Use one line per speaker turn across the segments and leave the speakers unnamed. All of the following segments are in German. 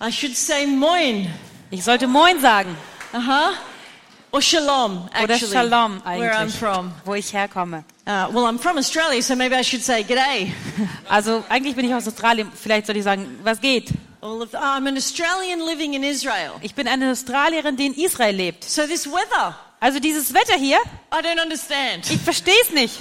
I should say moin.
Ich sollte Moin sagen
Uh-huh. Or shalom,
oder
actually.
Shalom
Where I'm
eigentlich,
from.
wo ich herkomme.
Uh, well, I'm from Australia, so maybe I should say g'day.
Also eigentlich bin ich aus Australien. Vielleicht sollte ich sagen, was geht?
All of, oh, I'm an Australian living in Israel.
Ich bin eine Australierin, die in Israel lebt.
So this weather,
Also dieses Wetter hier,
I don't understand,
ich verstehe es nicht,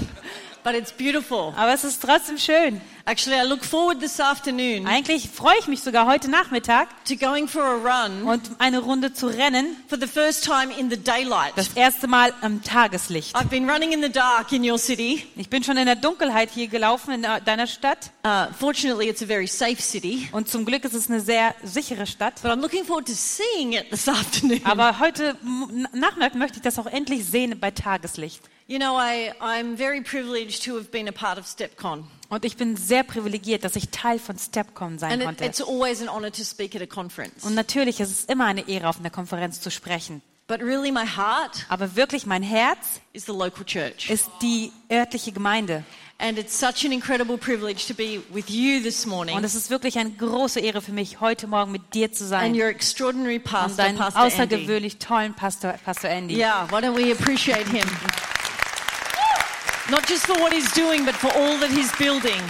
but it's beautiful.
aber es ist trotzdem schön.
Actually, I look forward this afternoon
Eigentlich freue ich mich sogar heute Nachmittag
to going for a run
und eine Runde zu rennen.
for the first time in the daylight.
Das erste Mal am Tageslicht.
I've been running in the dark in your city.
Ich bin schon in der Dunkelheit hier gelaufen in deiner Stadt
Uh, fortunately, it's a very safe city,
und zum Glück ist es eine sehr sichere Stadt.
but I'm looking forward to seeing it this afternoon.
Aber heute m- Nachmittag möchte ich das auch endlich sehen bei Tageslicht.
You know, I, I'm very privileged to have been a part of StepCon.
Und ich bin sehr privilegiert, dass ich Teil von StepCon sein
And it,
konnte.
it's always an honor to speak at a conference.
Und natürlich ist es immer eine Ehre, auf einer Konferenz zu sprechen.
But really, my heart
Aber wirklich, mein Herz
is the local church.
ist die örtliche Gemeinde.
And it's such an incredible privilege to be with you this
Und
morning
es ist wirklich eine große Ehre für mich, heute Morgen mit dir zu
and
sein.
your extraordinary
Und
pastor,
deinen
Pastor Andy.
außergewöhnlich tollen Pastor, Pastor Andy.
Yeah, why don't we appreciate him? Not just for what he's doing, but for all that he's building.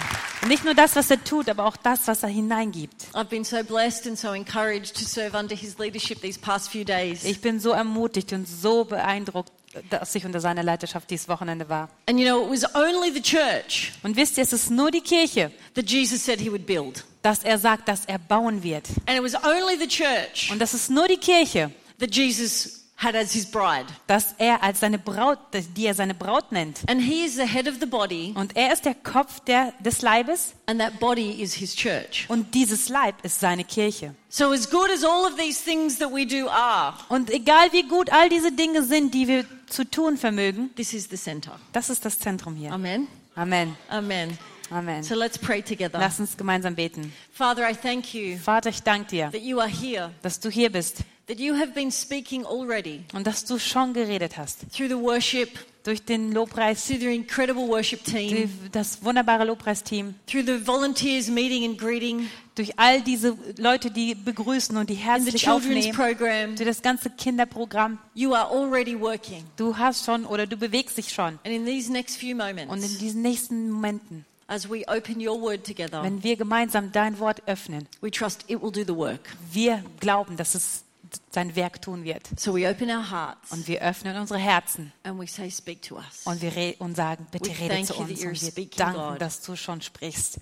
Nicht nur das, was er tut, aber auch das, was er hineingibt.
I've been so blessed and so encouraged to serve under his leadership these past few days.
Ich bin so ermutigt und so beeindruckt, dass ich unter seiner Leiterschaft dieses Wochenende war.
And you know, it was only the church
Und wisst ihr, es ist nur die Kirche,
that Jesus said he would build.
dass er sagt, dass er bauen wird.
And it was only the church
Und das ist nur die Kirche,
that Jesus had as his bride.
dass er als seine Braut, die er seine Braut nennt.
And he is the head of the body,
Und er ist der Kopf der, des Leibes
and that body is his church.
und dieses Leib ist seine Kirche.
So, as good as all of these things that we do are,
Und egal wie gut all diese Dinge sind, die wir zu tun vermögen,
this is the center.
das ist das Zentrum hier.
Amen.
Amen.
Amen.
Amen.
So, let's pray together.
Lass uns gemeinsam beten.
Father, I thank you
Vater, ich danke dir,
that you are here,
dass du hier bist
that you have been speaking already
und dass du schon geredet hast.
through the worship,
Durch den Lobpreis,
through the incredible worship team,
die- das wunderbare Lobpreisteam,
through the volunteers meeting and greeting,
durch all diese Leute, die begrüßen und die
and the
herzlich
children's
aufnehmen,
program.
durch das ganze Kinderprogramm.
You are already working.
Du hast schon oder du bewegst dich schon.
And in these next few
Und
moments,
in diesen nächsten Momenten,
As we open your word together,
wenn wir gemeinsam dein Wort öffnen,
we trust it will do the work.
wir glauben, dass es sein Werk tun wird.
So we open our hearts
Und wir öffnen unsere Herzen
and we say, Speak to us.
und wir re- und sagen, bitte
We
rede
thank
zu
you that
uns.
you're
Und wir
speaking,
danken,
God.
dass du schon sprichst.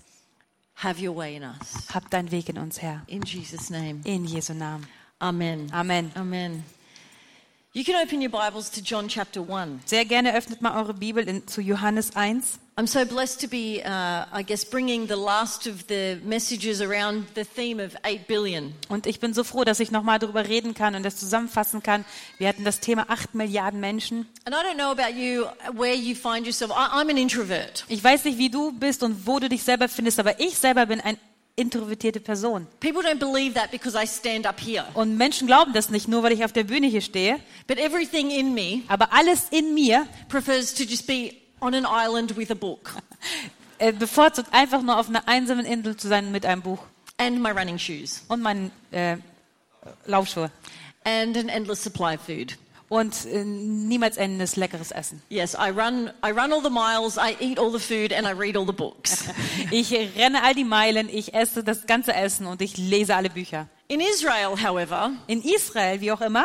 Have your way in us.
Hab deinen Weg in uns, Herr.
In Jesus' name.
In Jesu Namen.
Amen.
Amen.
Amen. You can open your Bibles to John chapter 1.
Sehr gerne öffnet mal eure Bibel in, zu Johannes 1.
I'm so blessed to be, uh, I guess, bringing the last of the messages around the theme of 8 billion.
Und ich bin so froh, dass ich nochmal darüber reden kann und das zusammenfassen kann. Wir hatten das Thema 8 Milliarden Menschen.
And I don't know about you, where you find yourself. I- I'm an introvert.
Ich weiß nicht, wie du bist und wo du dich selber findest, aber ich selber bin eine introvertierte Person.
People don't believe that because I stand up here.
Und Menschen glauben das nicht, nur weil ich auf der Bühne hier stehe.
But everything in me
Aber alles in mir
prefers to just be on an island with a book.
äh, bevorzugt einfach nur auf einer einsamen Insel zu sein mit einem Buch
and my running shoes
und meinen äh, Laufschuhe
and an endless supply of food.
und äh, niemals endendes leckeres Essen.
Yes, I run I run all the miles, I eat all the food and I read all the books.
Ich renne all die Meilen, ich esse das ganze Essen und ich lese alle Bücher.
In Israel, however,
In Israel, wie auch immer,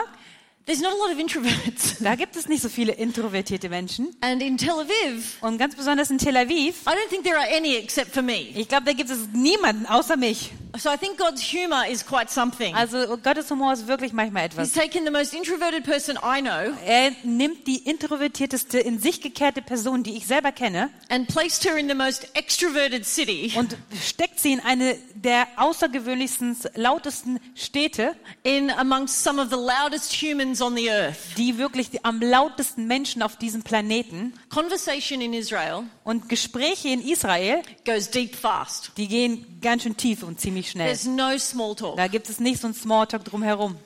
there's not a lot of introverts.
da gibt es nicht so viele introvertierte Menschen.
And in Tel Aviv,
Und ganz besonders in Tel Aviv,
I don't think there are any except for me.
ich glaube, da gibt es niemanden außer mich.
So I think God's humor is quite something.
Also Gottes Humor ist wirklich manchmal
He's
etwas.
taken the most introverted person I know
Er nimmt die introvertierteste, in sich gekehrte Person, die ich selber kenne,
and placed her in the most extroverted city
und steckt sie in eine der außergewöhnlichsten, lautesten Städte,
in amongst some of the loudest humans on the earth.
die wirklich die am lautesten Menschen auf diesem Planeten.
Conversation in Israel
Und Gespräche in Israel,
goes deep fast.
die gehen ganz schön tief und ziemlich schnell.
There's no small talk.
Da gibt es nicht so ein Smalltalk drumherum.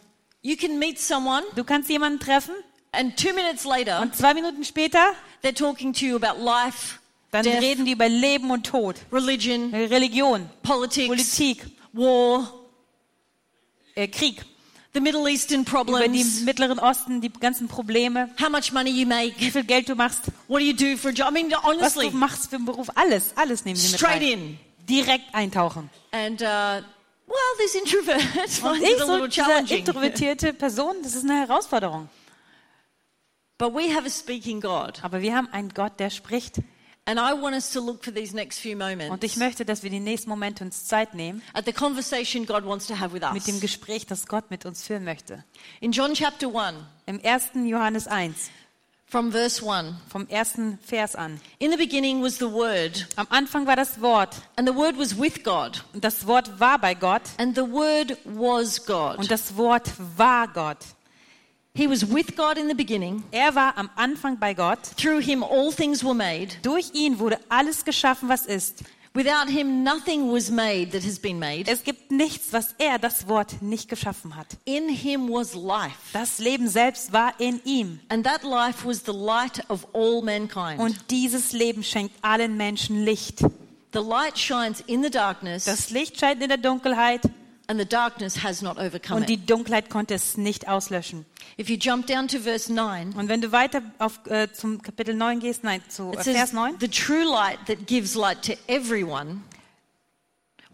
You can meet someone,
Du kannst jemanden treffen
and two minutes later,
und zwei Minuten später,
they're talking to you about life,
dann
Death.
reden die über Leben und Tod,
religion,
Religion,
politics,
Politik,
war,
äh, Krieg,
the Middle Eastern
über den
problems,
Mittleren Osten, die ganzen Probleme,
how much money you
wie
make,
viel Geld du machst,
what do you do for a job. I mean,
was du
honestly,
machst für einen Beruf, alles, alles nehmen sie mit
straight
rein.
in.
Direkt eintauchen.
And uh, well, this introvert finds
Ich
it a
so
little
diese
challenging.
introvertierte Person, das ist eine Herausforderung.
But we have a speaking God,
Aber wir haben einen Gott, der spricht.
and I want us to look for these next few
Und ich
moments
möchte, dass wir die nächsten Momente uns Zeit nehmen
at the conversation God wants to have with
mit dem
us.
Gespräch, das Gott mit uns führen möchte.
In John chapter 1,
Im 1. Johannes 1,
from verse 1,
vom ersten Vers an.
in the beginning was the Word,
Am Anfang war das Wort
and the Word was with God,
und das Wort war bei Gott
and the Word was God.
und das Wort war Gott.
He was with God in the beginning.
Er war am Anfang bei Gott.
Through him, all things were made.
Durch ihn wurde alles geschaffen, was ist.
Without him, nothing was made that has been made.
Es gibt nichts, was er, das Wort, nicht geschaffen hat.
In him was life,
Das Leben selbst war in ihm.
and that life was the light of all mankind.
Und dieses Leben schenkt allen Menschen Licht.
The light shines in the darkness,
Das Licht scheint in der Dunkelheit
and the darkness has not overcome
und
it.
die Dunkelheit konnte es nicht auslöschen.
If you jump down to verse 9,
Und wenn du weiter auf, äh, zum Kapitel 9 gehst, nein, zu
it
äh,
says,
Vers 9,
The true light that gives light to everyone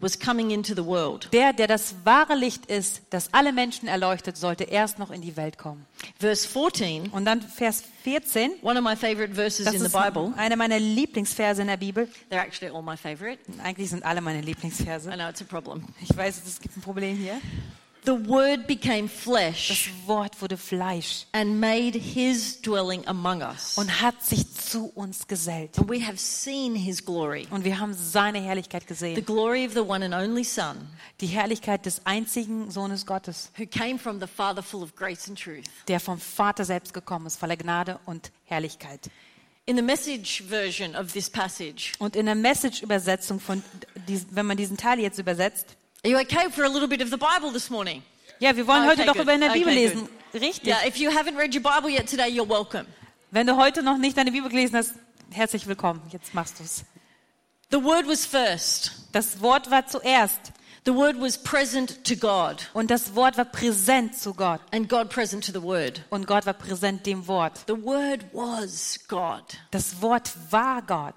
was coming into the world.
der, der das wahre Licht ist, das alle Menschen erleuchtet, sollte erst noch in die Welt kommen.
Verse 14,
Und dann Vers 14,
one of my favorite verses
das
in the
ist
Bible.
einer meiner Lieblingsverse in der Bibel.
They're actually all my favorite.
Eigentlich sind alle meine Lieblingsverse.
I know it's a problem.
Ich weiß, es gibt ein Problem hier.
The word became
Das
flesh
Wort wurde Fleisch
and made his dwelling among us.
und hat sich zu uns gesellt.
And we have seen his glory.
Und wir haben seine Herrlichkeit
The
gesehen.
glory of the one and only Son,
Die Herrlichkeit des einzigen Sohnes Gottes,
who came from the Father full of grace and truth.
der vom Vater selbst gekommen ist, voller Gnade und Herrlichkeit.
In the message version of this passage,
Und in der Message-Übersetzung, von dies- wenn man diesen Teil jetzt übersetzt,
are you okay for a little bit of the Bible this morning?
ja, wir wollen
Ah, Okay,
heute doch
good.
über in der
Okay,
Bibel
good.
lesen. Richtig.
Yeah, if you haven't read your Bible yet today, you're welcome.
Wenn du heute noch nicht deine Bibel gelesen hast, herzlich willkommen. Jetzt machst du's.
The Word was first,
Das Wort war zuerst
the Word was present to God,
und das Wort war präsent zu Gott
and God present to the Word.
und Gott war präsent dem Wort.
The Word was God,
Das Wort war Gott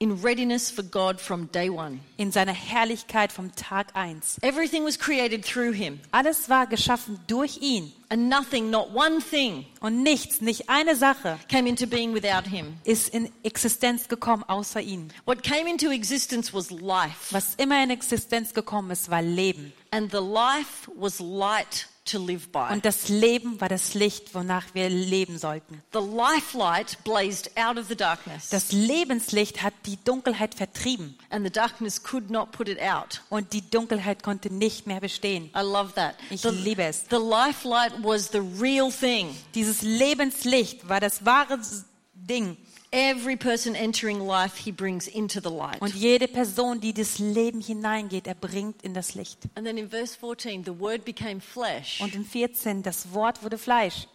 in readiness for God from day one.
in seiner Herrlichkeit vom Tag eins.
Everything was created through Him,
Alles war geschaffen durch ihn
and nothing, not one thing,
und nichts, nicht eine Sache
came into being without Him.
ist in Existenz gekommen außer ihm.
What came into existence was life,
Was immer in Existenz gekommen ist, war Leben.
and the life was light to live by.
Und das Leben war das Licht, wonach wir leben sollten.
The life light blazed out of the darkness,
Das Lebenslicht hat die Dunkelheit vertrieben
and the darkness could not put it out.
und die Dunkelheit konnte nicht mehr bestehen.
I love that.
Ich
the,
liebe es.
The life light was the real thing.
Dieses Lebenslicht war das wahre S- Ding.
Every person entering life, he brings into the light.
Und jede Person, die das Leben hineingeht, erbringt in das Licht.
And then in verse 14, the word became flesh
Und im 14, das Wort wurde Fleisch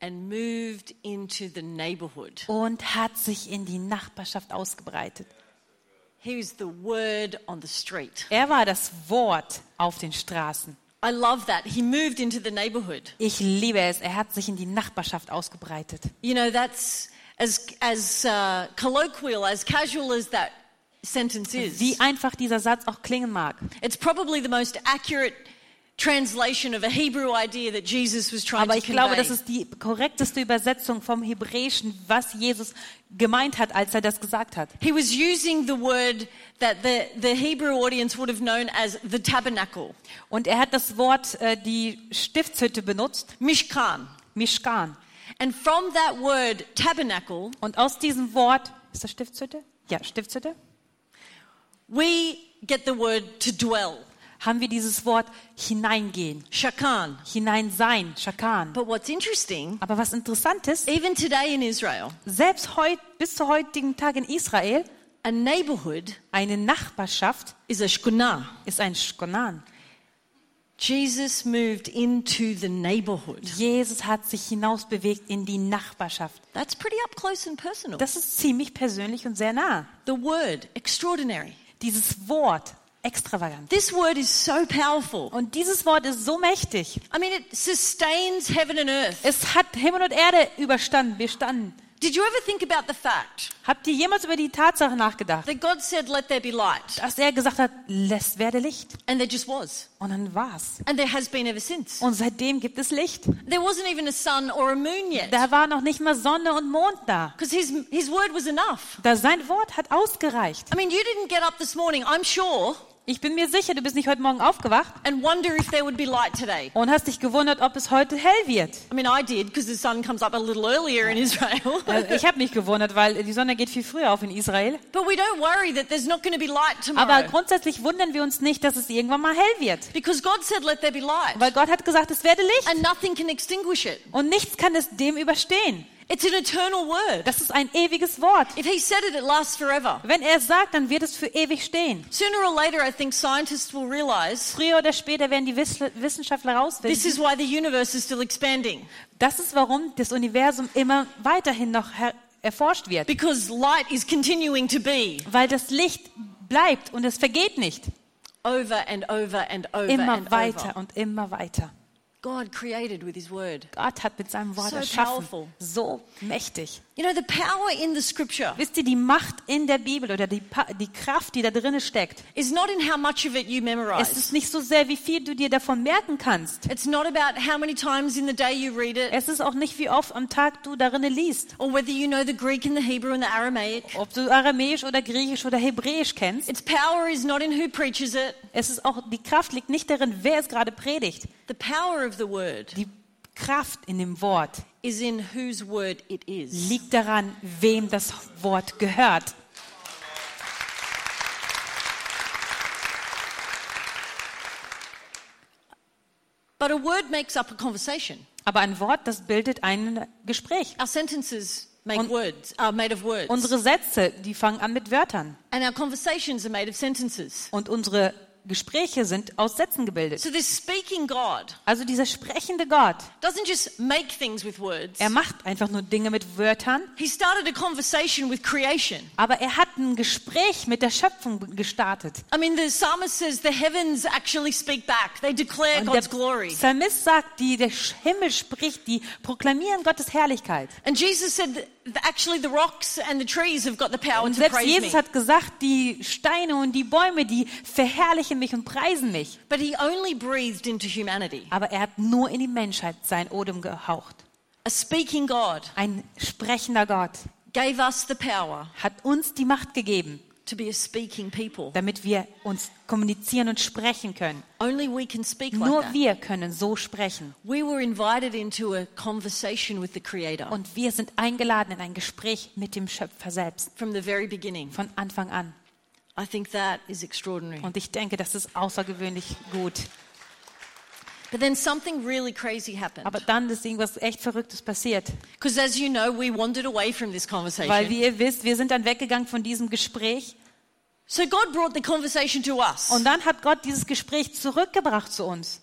and moved into the neighborhood.
und hat sich in die Nachbarschaft ausgebreitet.
He was the word on the street.
Er war das Wort auf den Straßen.
I love that. He moved into the neighborhood.
Ich liebe es. Er hat sich in die Nachbarschaft ausgebreitet.
You know, that's as, as uh, colloquial, as casual as that sentence
Wie
is.
einfach dieser Satz auch klingen mag.
It's probably the most accurate translation of a Hebrew idea that Jesus was trying
Aber
to
ich glaube, das
convey.
ist die korrekteste Übersetzung vom Hebräischen, was Jesus gemeint hat, als er das gesagt hat.
He was using the word that the, the Hebrew audience would have known as the tabernacle,
Und er hat das Wort äh, die Stiftshütte benutzt,
mishkan.
Mishkan.
And from that word, tabernacle,
Und aus diesem Wort, ist das Stiftshütte? Ja, Stiftshütte.
we get the word to dwell,
Haben wir dieses Wort hineingehen,
shakan.
hinein sein, Schakan.
But what's interesting,
Aber was interessant ist,
even today in Israel,
selbst heut, bis zu heutigen Tag in Israel,
a neighborhood
eine Nachbarschaft
is a shkunah.
ist ein Schkonan.
Jesus moved into the neighborhood.
Jesus hat sich hinausbewegt in die Nachbarschaft.
That's pretty up close and personal.
Das ist ziemlich persönlich und sehr nah.
The word, extraordinary.
Dieses Wort, Extravagant.
This word is so powerful.
Und dieses Wort ist so mächtig.
I mean, it sustains heaven and earth.
Es hat Himmel und Erde überstanden, bestanden.
Did you ever think about the fact
Habt ihr jemals über die Tatsache nachgedacht,
that God said, Let there be light?
dass er gesagt hat, lässt werde Licht?
And there just was.
Und dann war's.
And there has been ever since.
Und seitdem gibt es Licht.
There wasn't even a sun or a moon yet.
Da war noch nicht mal Sonne und Mond da.
Because his, his word was enough.
Da sein Wort hat ausgereicht.
I mean, you didn't get up this morning, I'm sure,
Ich bin mir sicher, du bist nicht heute Morgen aufgewacht
and wonder if there would be light today.
und hast dich gewundert, ob es heute hell wird.
I mean, I did because the sun comes up a little earlier in Israel.
Also ich habe mich gewundert, weil die Sonne geht viel früher auf in Israel.
but we don't worry that there's not going to be light
Aber
tomorrow.
grundsätzlich wundern wir uns nicht, dass es irgendwann mal hell wird.
Because God said, Let there be light.
Weil Gott hat gesagt, es werde Licht.
And nothing can extinguish it.
Und nichts kann es dem überstehen.
It's an eternal word.
Das ist ein ewiges Wort.
If He said it, it lasts forever.
Wenn er es sagt, dann wird es für ewig stehen.
Sooner or later, I think scientists will realize
Früher oder später werden die Wissl- Wissenschaftler
this
rausfinden.
is why the universe is still expanding.
Das ist, warum das Universum immer weiterhin noch her- erforscht wird.
Because light is continuing to be
Weil das Licht bleibt und es vergeht nicht.
over and over and over
Immer
and
weiter
over.
und immer weiter.
God created with His word.
Gott hat mit seinem Wort
So powerful.
erschaffen. So mächtig.
You know, the power in the scripture
Wisst ihr, die Macht in der Bibel oder die, Pa- die Kraft, die da drin steckt,
is not in how much of it you
es
memorize.
ist nicht so sehr, wie viel du dir davon merken kannst.
It's not about how many times in the day you read it,
Es ist auch nicht, wie oft am Tag du darin liest.
or whether you know the Greek and the Hebrew and the Aramaic.
Ob du Aramäisch oder Griechisch oder Hebräisch kennst.
Its power is not in who preaches it.
Es ist auch, die Kraft liegt nicht darin, wer es gerade predigt.
The power of the word
Die Kraft in dem Wort
is in whose word it is.
liegt daran, wem das Wort gehört.
But a word makes up a conversation.
Aber ein Wort, das bildet ein Gespräch.
Our sentences make
Und-
words are made of words,
Unsere Sätze, die fangen an mit Wörtern.
and our conversations are made of sentences.
Und unsere Gespräche sind aus Sätzen gebildet.
So this speaking God
Also dieser sprechende Gott,
doesn't just make things with words.
er macht einfach nur Dinge mit Wörtern,
He started a conversation with creation.
aber er hat ein Gespräch mit der Schöpfung gestartet.
I mean, the psalmist says the heavens actually speak back. They declare
Und
God's
der
glory.
Psalmist sagt, die der Sch- Himmel spricht, die proklamieren Gottes Herrlichkeit.
And Jesus said that that actually the rocks and the trees have got the power
Und
to
selbst
praise me.
Jesus hat gesagt, die Steine und die Bäume, die verherrlichen mich und preisen mich.
But he only breathed into humanity.
Aber er hat nur in die Menschheit sein Odem gehaucht.
A speaking God
Ein sprechender Gott
gave us the power
hat uns die Macht gegeben,
to be a speaking people.
damit wir uns kommunizieren und sprechen können.
Only we can speak
Nur
like that.
wir können so sprechen.
We were invited into a conversation with the Creator
Und wir sind eingeladen in ein Gespräch mit dem Schöpfer selbst
from the very beginning.
von Anfang an.
I think that is extraordinary.
Und ich denke, das ist außergewöhnlich gut.
But then something really crazy happened.
Aber dann ist irgendwas echt Verrücktes passiert.
Because as you know, we wandered away from this
Weil,
conversation.
wie ihr wisst, wir sind dann weggegangen von diesem Gespräch.
So God brought the conversation to us.
Und dann hat Gott dieses Gespräch zurückgebracht zu uns.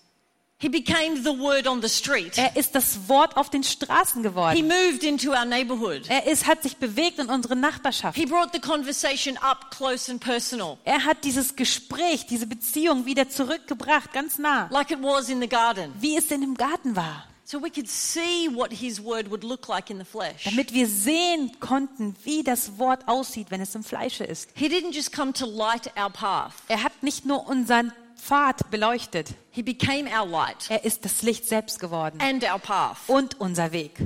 He became the word on the street.
Er ist das Wort auf den Straßen
He
geworden.
moved into our neighborhood.
Er ist, hat sich bewegt in unsere Nachbarschaft.
He brought the conversation up close and personal,
Er hat dieses Gespräch, diese Beziehung wieder zurückgebracht, ganz nah.
like it was in the garden.
Wie es denn im Garten war.
So we could see what his word would look like in the flesh.
Damit wir sehen konnten, wie das Wort aussieht, wenn es im Fleische ist.
He didn't just come to light our path,
Er hat nicht nur unseren Pfad beleuchtet,
he became our light
er ist das Licht selbst geworden
and our path.
und unser Weg.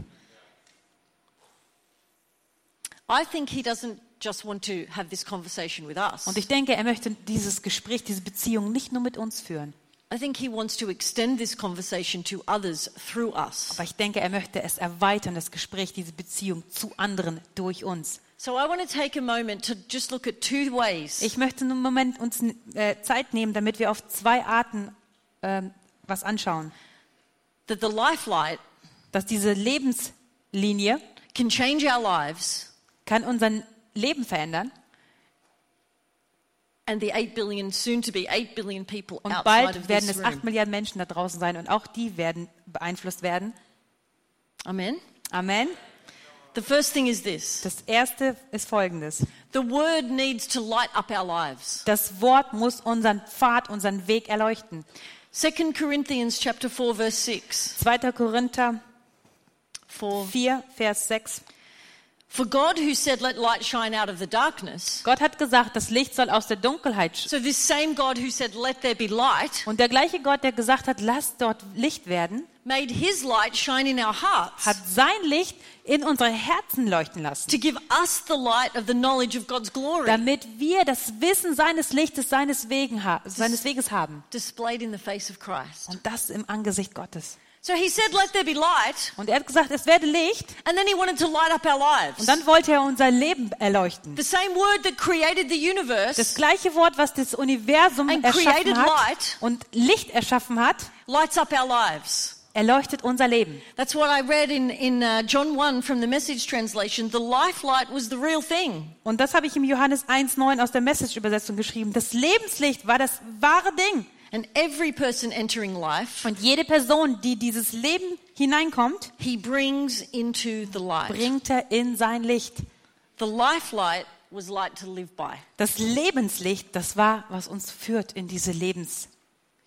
I think he doesn't just want to have this conversation with us.
Und ich denke, er möchte dieses Gespräch, diese Beziehung nicht nur mit uns führen,
I think he wants to extend this conversation to others through us.
aber ich denke, er möchte es erweitern, das Gespräch, diese Beziehung zu anderen durch uns.
So I want to take a moment to just look at two ways
Ich möchte einen Moment uns äh, Zeit nehmen, damit wir auf zwei Arten ähm, was anschauen.
that the lifelight
Dass diese Lebenslinie
can change our lives
kann unser Leben verändern
and the 8 billion, soon to be 8 billion people
Und
outside of
bald werden
this
es 8
room.
Milliarden Menschen da draußen sein und auch die werden beeinflusst werden.
Amen.
Amen.
The first thing is this
Das erste ist folgendes.
the word needs to light up our lives.
Das Wort muss unseren Pfad, unseren Weg erleuchten.
2 Corinthians chapter 4 verse 6.
2. Korinther
4
4, Vers 6.
For God who said let light shine out of the darkness.
Gott hat gesagt, das Licht soll aus der Dunkelheit sch-
So this same God who said let there be light
Und der gleiche Gott, der gesagt hat, lasst dort Licht werden,
made his light shine in our
hat
hearts
sein Licht in unsere Herzen leuchten lassen,
to give us the light of the knowledge of God's glory
damit wir das Wissen seines Lichtes seines, Wegen ha seines Weges haben.
displayed in the face of Christ.
Und das im Angesicht Gottes.
So he said let there be light
Und er hat gesagt, es werde Licht.
and then he wanted to light up our
Und
lives.
dann wollte er unser Leben erleuchten.
The same word that created the
Das
universe
gleiche Wort, was das Universum
And created
erschaffen
light.
hat und Licht erschaffen hat,
lights up our lives.
erleuchtet unser Leben.
That's what I read in, in uh, John 1 from the message translation. The life light was the real thing.
Und das habe ich im Johannes 1,9 aus der Message-Übersetzung geschrieben. Das Lebenslicht war das wahre Ding.
And every person entering life,
Und jede Person, die dieses Leben hineinkommt,
he brings into the light.
bringt er in sein Licht.
The life light was light to live by.
Das Lebenslicht, das war, was uns führt in diese Lebens.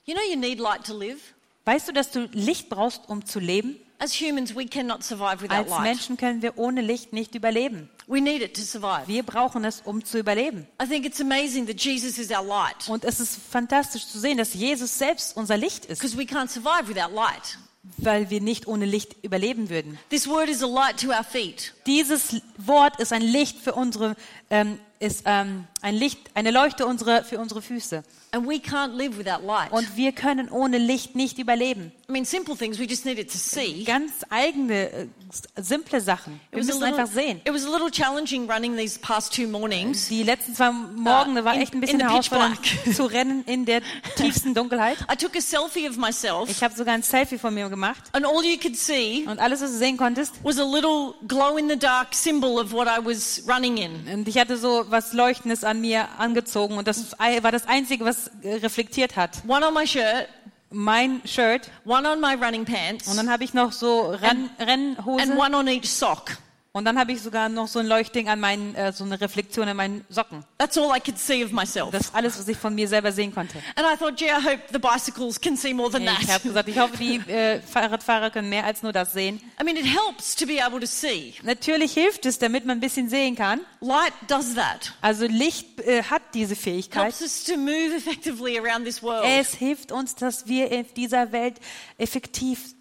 You know, you need light to live.
Weißt du, dass du Licht brauchst, um zu leben?
As humans, we cannot survive without
Als
light.
Menschen können wir ohne Licht nicht überleben.
We need it to survive.
Wir brauchen es, um zu überleben.
I think it's amazing that Jesus is our light
Und es ist fantastisch zu sehen, dass Jesus selbst unser Licht ist,
because we can't survive without light.
weil wir nicht ohne Licht überleben würden.
This word is a light to our feet.
Dieses Wort ist ein Licht für unsere, ähm, ist ähm, ein Licht, eine Leuchte unsere, für unsere Füße.
And we can't live without light.
Und wir können ohne Licht nicht überleben.
I mean, simple things, we just need it to see.
Ganz eigene, äh, s- simple Sachen.
It
Wir
was, a
müssen
little,
einfach sehen.
it was a little challenging running these past two mornings.
Die letzten zwei Morgen
Ah,
war
in-
echt ein
in
bisschen
the pitch
herausfordernd zu rennen in der tiefsten Dunkelheit.
I took a selfie of myself,
Ich habe sogar ein Selfie von mir gemacht.
and all you could see
Und alles, was du sehen konntest,
was a little glow in the dark symbol of what I was running in.
Und ich hatte so was Leuchtendes an mir angezogen und das war das Einzige, was äh, reflektiert hat.
One on my shirt,
Mein Shirt
one on my running pants,
und dann habe ich noch so Renn
and
Rennhose
one on each sock.
und dann habe ich sogar noch so ein Leuchtding an meinen, äh, so eine Reflexion an meinen Socken.
That's all I could see of myself.
Das ist alles, was ich von mir selber sehen konnte.
And I thought, gee, I hope the bicycles can see more than
Ich habe
that.
gesagt, ich hoffe, die äh, Fahrradfahrer können mehr als nur das sehen.
I mean, it helps to be able to see.
Natürlich hilft es, damit man ein bisschen sehen kann.
Light does that.
Also Licht äh, hat diese
It
Fähigkeit.
helps us to move effectively around this world.
Es hilft uns, dass wir in dieser Welt effektiv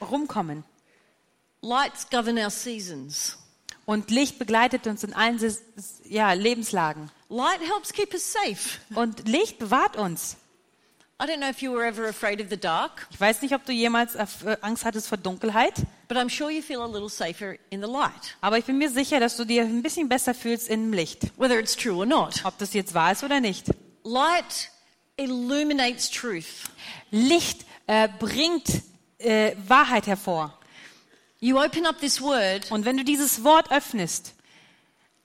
rumkommen.
Lights govern our seasons.
Und Licht begleitet uns in allen Sis- ja, Lebenslagen.
Light helps keep us safe.
Und Licht bewahrt uns.
I don't know if you were ever afraid of the dark,
Ich weiß nicht, ob du jemals äh, Angst hattest vor Dunkelheit,
but I'm sure you feel a little safer in the light,
aber ich bin mir sicher, dass du dir ein bisschen besser fühlst im Licht.
whether it's true or not.
Ob das jetzt wahr ist oder nicht.
Light illuminates truth.
Licht äh, bringt äh, Wahrheit hervor.
You open up this word,
Und wenn du dieses Wort öffnest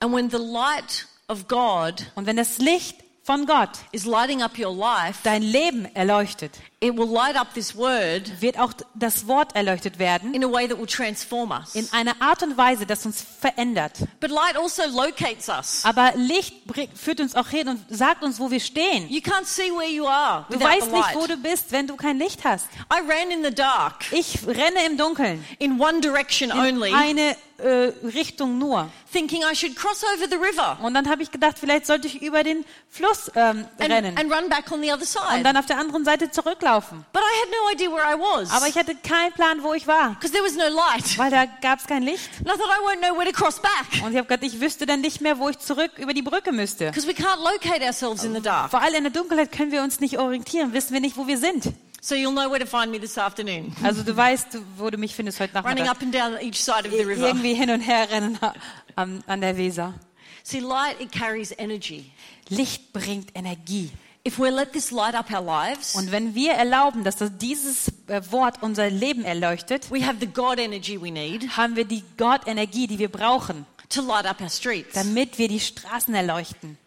and when the light of God
und wenn das Licht von Gott
is lighting up your life,
dein Leben erleuchtet,
it will light up this word
wird auch das Wort erleuchtet werden
in a way that will transform us.
in einer Art und Weise, das uns verändert.
But light also locates us.
Aber Licht bringt- führt uns auch hin und sagt uns, wo wir stehen.
You can't see where you are
Du
without the
weißt nicht, wo
light.
du bist, wenn du kein Licht hast.
I ran in the dark
Ich renne im Dunkeln,
in one direction only,
eine äh, Richtung nur.
thinking I should cross over the river.
Und dann habe ich gedacht, vielleicht sollte ich über den Fluss ähm,
and,
rennen
and run back on the other
und
side.
dann auf der anderen Seite zurücklaufen.
but I had no idea where I was
Aber ich hatte keinen Plan, wo ich war,
because there was no light.
weil da gab es kein Licht.
And I thought I won't know where to cross back
Und ich habe gedacht, ich wüsste dann nicht mehr, wo ich zurück über die Brücke müsste.
because we can't locate ourselves in the dark.
Vor allem in der Dunkelheit können wir uns nicht orientieren, wissen wir nicht, wo wir sind.
So you'll know where to find me this afternoon.
Also du weißt, wo du mich findest heute
Running
Nachmittag.
up and down each side of the river.
irgendwie hin und her rennen an, an der Weser.
See, light, it carries energy.
Licht bringt Energie.
If we let this light up our lives,
Und wenn wir erlauben, dass das, dieses äh, Wort unser Leben erleuchtet,
we have the God energy we need
haben wir die Gott-Energie, die wir brauchen,
to light up our streets.
damit wir die Straßen erleuchten.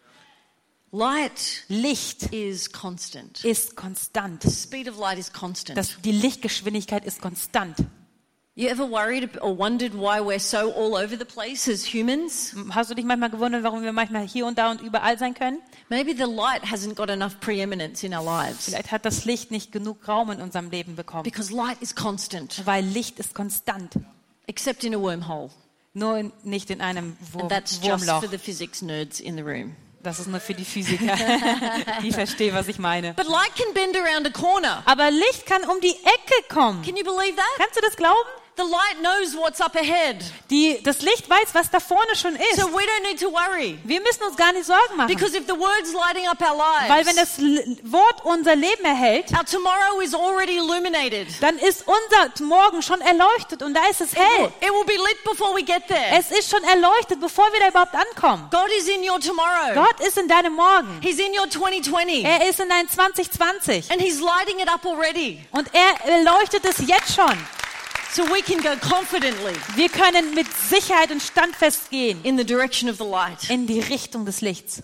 Light
Licht
is constant.
ist konstant.
Speed of light is constant.
Das, die Lichtgeschwindigkeit ist konstant.
You ever worried ab- or wondered why we're so all over the place as humans?
Hast du dich manchmal gewundert, warum wir manchmal hier und da und überall sein können?
Maybe the light hasn't got enough preeminence in our lives
Vielleicht hat das Licht nicht genug Raum in unserem Leben bekommen,
because light is constant,
weil Licht ist konstant,
except in a wormhole.
nur in, nicht in einem Wurm,
And that's just
Wurmloch.
for the physics nerds in the room.
Das ist nur für die Physiker. die verstehen, was ich meine.
But light can bend around a corner.
Aber Licht kann um die Ecke kommen.
Can you believe that?
Kannst du das glauben?
The light knows what's up ahead,
Die, das Licht weiß, was da vorne schon ist.
so we don't need to worry.
Wir müssen uns gar nicht Sorgen machen.
Because if the word's lighting up our
Weil wenn
lives,
das L- Wort unser Leben erhält,
our tomorrow is already illuminated.
dann ist unser Morgen schon erleuchtet und da ist es hell.
It will be lit before we get there.
Es ist schon erleuchtet, bevor wir da überhaupt ankommen.
God is in your tomorrow.
Gott ist in deinem Morgen.
He's in your 2020.
Er ist in dein 2020.
And he's lighting it up already.
Und er erleuchtet es jetzt schon.
So we can go confidently
Wir können mit Sicherheit und standfest gehen
in the direction of the light.
in die Richtung des Lichts.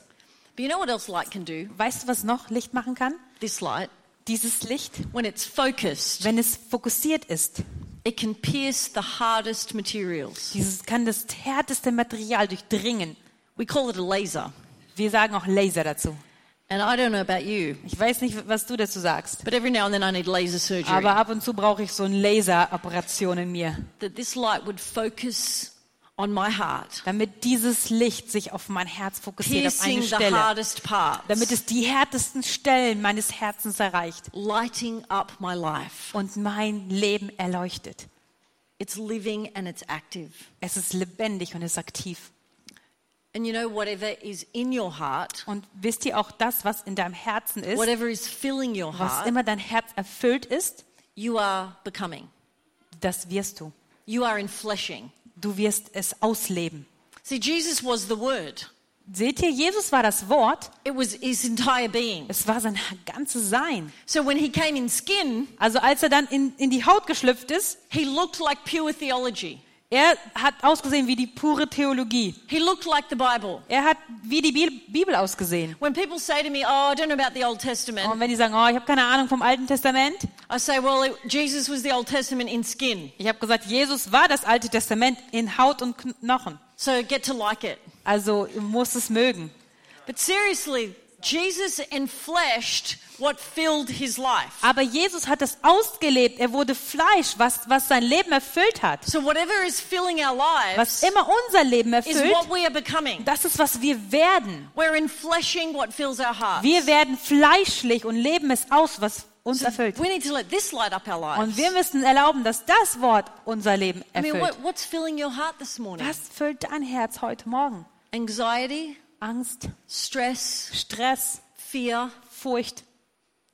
But you know what else light can do?
Weißt du, was noch Licht machen kann?
This light,
Dieses Licht,
when it's focused,
wenn es fokussiert ist,
it can pierce the hardest materials.
dieses kann das härteste Material durchdringen.
We call it a laser.
Wir sagen auch Laser dazu.
And I don't know about you,
Ich weiß nicht, was du dazu sagst,
but every now and then I need laser surgery.
aber ab und zu brauche ich so eine Laseroperation in mir,
That this light would focus on my heart,
damit dieses Licht sich auf mein Herz fokussiert, auf
piercing
eine
the
Stelle,
hardest parts,
damit es die härtesten Stellen meines Herzens erreicht
lighting up my life.
und mein Leben erleuchtet.
It's living and it's active.
Es ist lebendig und ist aktiv.
And you know, whatever is in your heart,
Und wisst ihr auch das, was in deinem Herzen ist,
whatever is filling your
was
heart,
immer dein Herz erfüllt ist,
you are becoming.
das wirst du.
You are enfleshing.
Du wirst es ausleben.
See, Jesus was the Word.
Seht ihr, Jesus war das Wort,
It was his entire being.
es war sein ganzes Sein.
So when he came in skin,
Also als er dann in, in die Haut geschlüpft ist,
he looked like pure theology.
er hat ausgesehen wie die pure Theologie.
He looked like the Bible.
Er hat wie die Bi- Bibel ausgesehen.
When people say to me, "Oh, I don't know about the Old Testament,"
Und wenn die sagen, oh, ich habe keine Ahnung vom Alten Testament,
I say, "Well, it, Jesus was the Old Testament in skin,
ich habe gesagt, Jesus war das Alte Testament in Haut und Knochen.
so get to like it."
Also du musst es mögen.
But seriously, Jesus enfleshed what filled his life.
Aber Jesus hat es ausgelebt. Er wurde Fleisch, was, was sein Leben erfüllt hat.
So whatever is filling our
Was
lives
immer unser Leben
is
erfüllt,
what we are becoming.
das ist, was wir werden.
We're enfleshing what fills our hearts.
Wir werden fleischlich und leben es aus, was uns erfüllt.
We need to let this light up our
Und
lives.
wir müssen erlauben, dass das Wort unser Leben
I mean,
erfüllt.
what, what's filling your heart this morning?
Was füllt dein Herz heute Morgen?
Anxiety,
Angst,
stress,
Stress,
fear,
Furcht,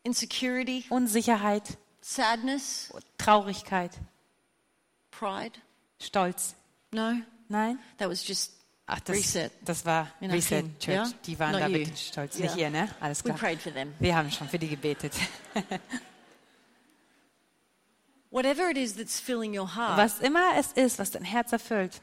insecurity,
Unsicherheit,
sadness,
Traurigkeit,
pride.
Stolz.
No,
Nein?
that was just
Ach, das,
Reset.
das war
In our
Reset
team,
Church.
yeah?
Die waren
Not
da
you.
wirklich stolz.
Yeah.
Nicht ihr, ne? Alles
we
klar.
prayed for them.
Wir haben schon für die gebetet.
Whatever it is that's filling your heart,
Was immer es ist, was dein Herz erfüllt,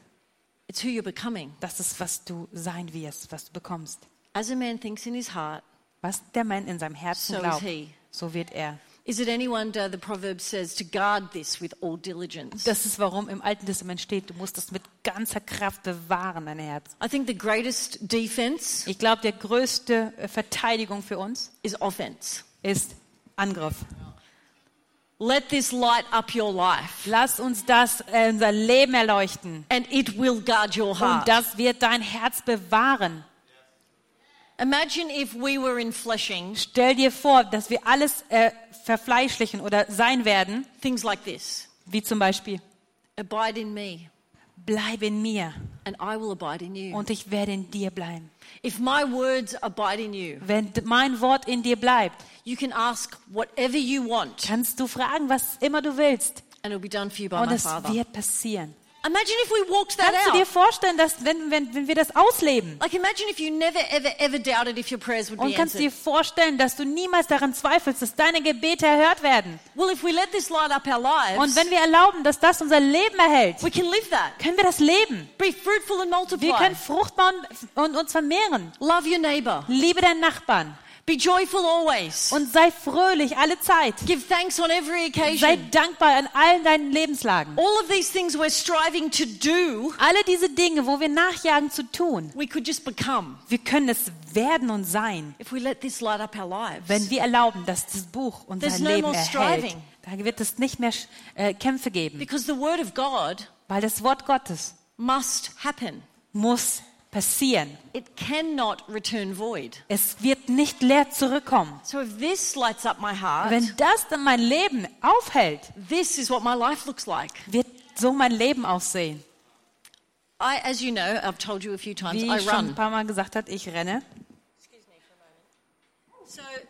it's who you're becoming.
das ist, was du sein wirst, was du bekommst.
As a man thinks in his heart,
Was der Mann in seinem Herzen
So
glaubt,
is he.
so wird er.
is it any wonder the proverb says to guard this with all diligence?
Das ist, warum im Alten Testament steht, du musst es mit ganzer Kraft bewahren, dein Herz.
I think the greatest defense
Ich glaube, der größte äh, Verteidigung für uns
is offense.
ist Angriff.
Let this light up your life,
Lass uns das äh, unser Leben erleuchten
and it will guard your
und
heart.
das wird dein Herz bewahren.
Imagine if we were in fleshing
Stell dir vor, dass wir alles äh, verfleischlichen oder sein werden,
things like this
wie zum Beispiel
Abide in me,
bleib in mir
and I will abide in you.
und ich werde in dir bleiben.
If my words abide in you,
Wenn d- mein Wort in dir bleibt,
you can ask whatever you want,
kannst du fragen, was immer du willst
and it'll be done for you by
und
my
es
Father.
wird passieren.
Imagine if we walked that
Kannst du dir
out.
vorstellen, dass wenn, wenn, wenn wir das ausleben
Like, imagine if you never, ever, ever doubted if your prayers would
und
be
kannst du dir
answered.
vorstellen, dass du niemals daran zweifelst, dass deine Gebete erhört werden.
Well, if we let this light up our
Und
lives,
wenn wir erlauben, dass das unser Leben erhält,
we can live that.
können wir das leben.
Be fruitful and
Wir
multiply.
können fruchtbar und, und uns vermehren.
Love your neighbor.
Liebe deinen Nachbarn.
Be joyful always.
und sei fröhlich alle Zeit.
Give thanks on every
Sei
occasion.
dankbar in allen deinen Lebenslagen.
All of these things we're striving to do,
Alle diese Dinge, wo wir nachjagen zu tun,
we could just become
wir können es werden und sein,
if we let this light up our
wenn
lives.
wir erlauben, dass das Buch unser
There's no
Leben
more
erhält.
striving.
Da wird es nicht mehr äh, Kämpfe geben,
Because the word of God
weil das Wort Gottes
must happen.
muss passieren.
It cannot return void.
Es wird nicht leer zurückkommen.
So if this lights up my heart,
Wenn das dann mein Leben aufhält,
this is what my life looks like.
wird so mein Leben aussehen.
I, as you know, I've told you a few times,
Wie
I
ich schon ein
run.
paar Mal gesagt hat, ich renne.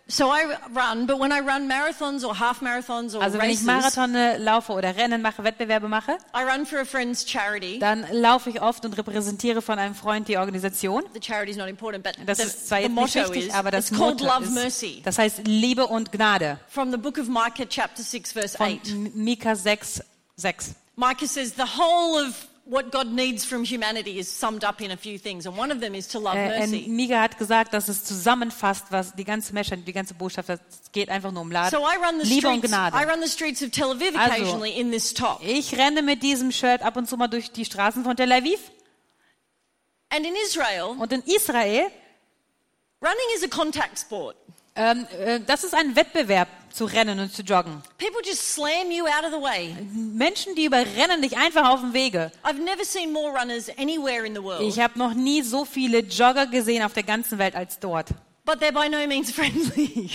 So I run, but when I run marathons or half marathons or
Also wenn ich
races,
Marathone laufe oder Rennen mache, Wettbewerbe mache,
I run for a friend's charity.
dann laufe ich oft und repräsentiere von einem Freund die Organisation.
The charity's not important, but
Das
the,
ist zwar
the
jetzt nicht
motto
wichtig,
is
aber das
it's called
Motto
Love
ist,
Mercy
das heißt Liebe und Gnade.
from the book of Micah, chapter 6, verse
Von
8.
M- Mika 6, 6.
Micah says the whole of what God needs from humanity is summed up in a few things, Uh, and one of them is to love
Äh, äh,
mercy.
Mika hat gesagt, dass es zusammenfasst, was die ganze Menschheit, die ganze Botschaft, es geht einfach nur um Lade,
So I run the
Liebe und
streets. I
Gnade.
run the streets of Tel Aviv
Also-
occasionally in this top,
Ich renne mit diesem Shirt ab und zu mal durch die Straßen von Tel Aviv
and in Israel,
und in Israel.
running is a contact sport.
Ähm, äh, das ist ein Wettbewerb zu rennen und zu joggen.
People just slam you out of the way.
Menschen, die überrennen dich einfach auf dem Wege.
I've never seen more runners anywhere in the world,
Ich habe noch nie so viele Jogger gesehen auf der ganzen Welt als dort.
but they're by no means friendly.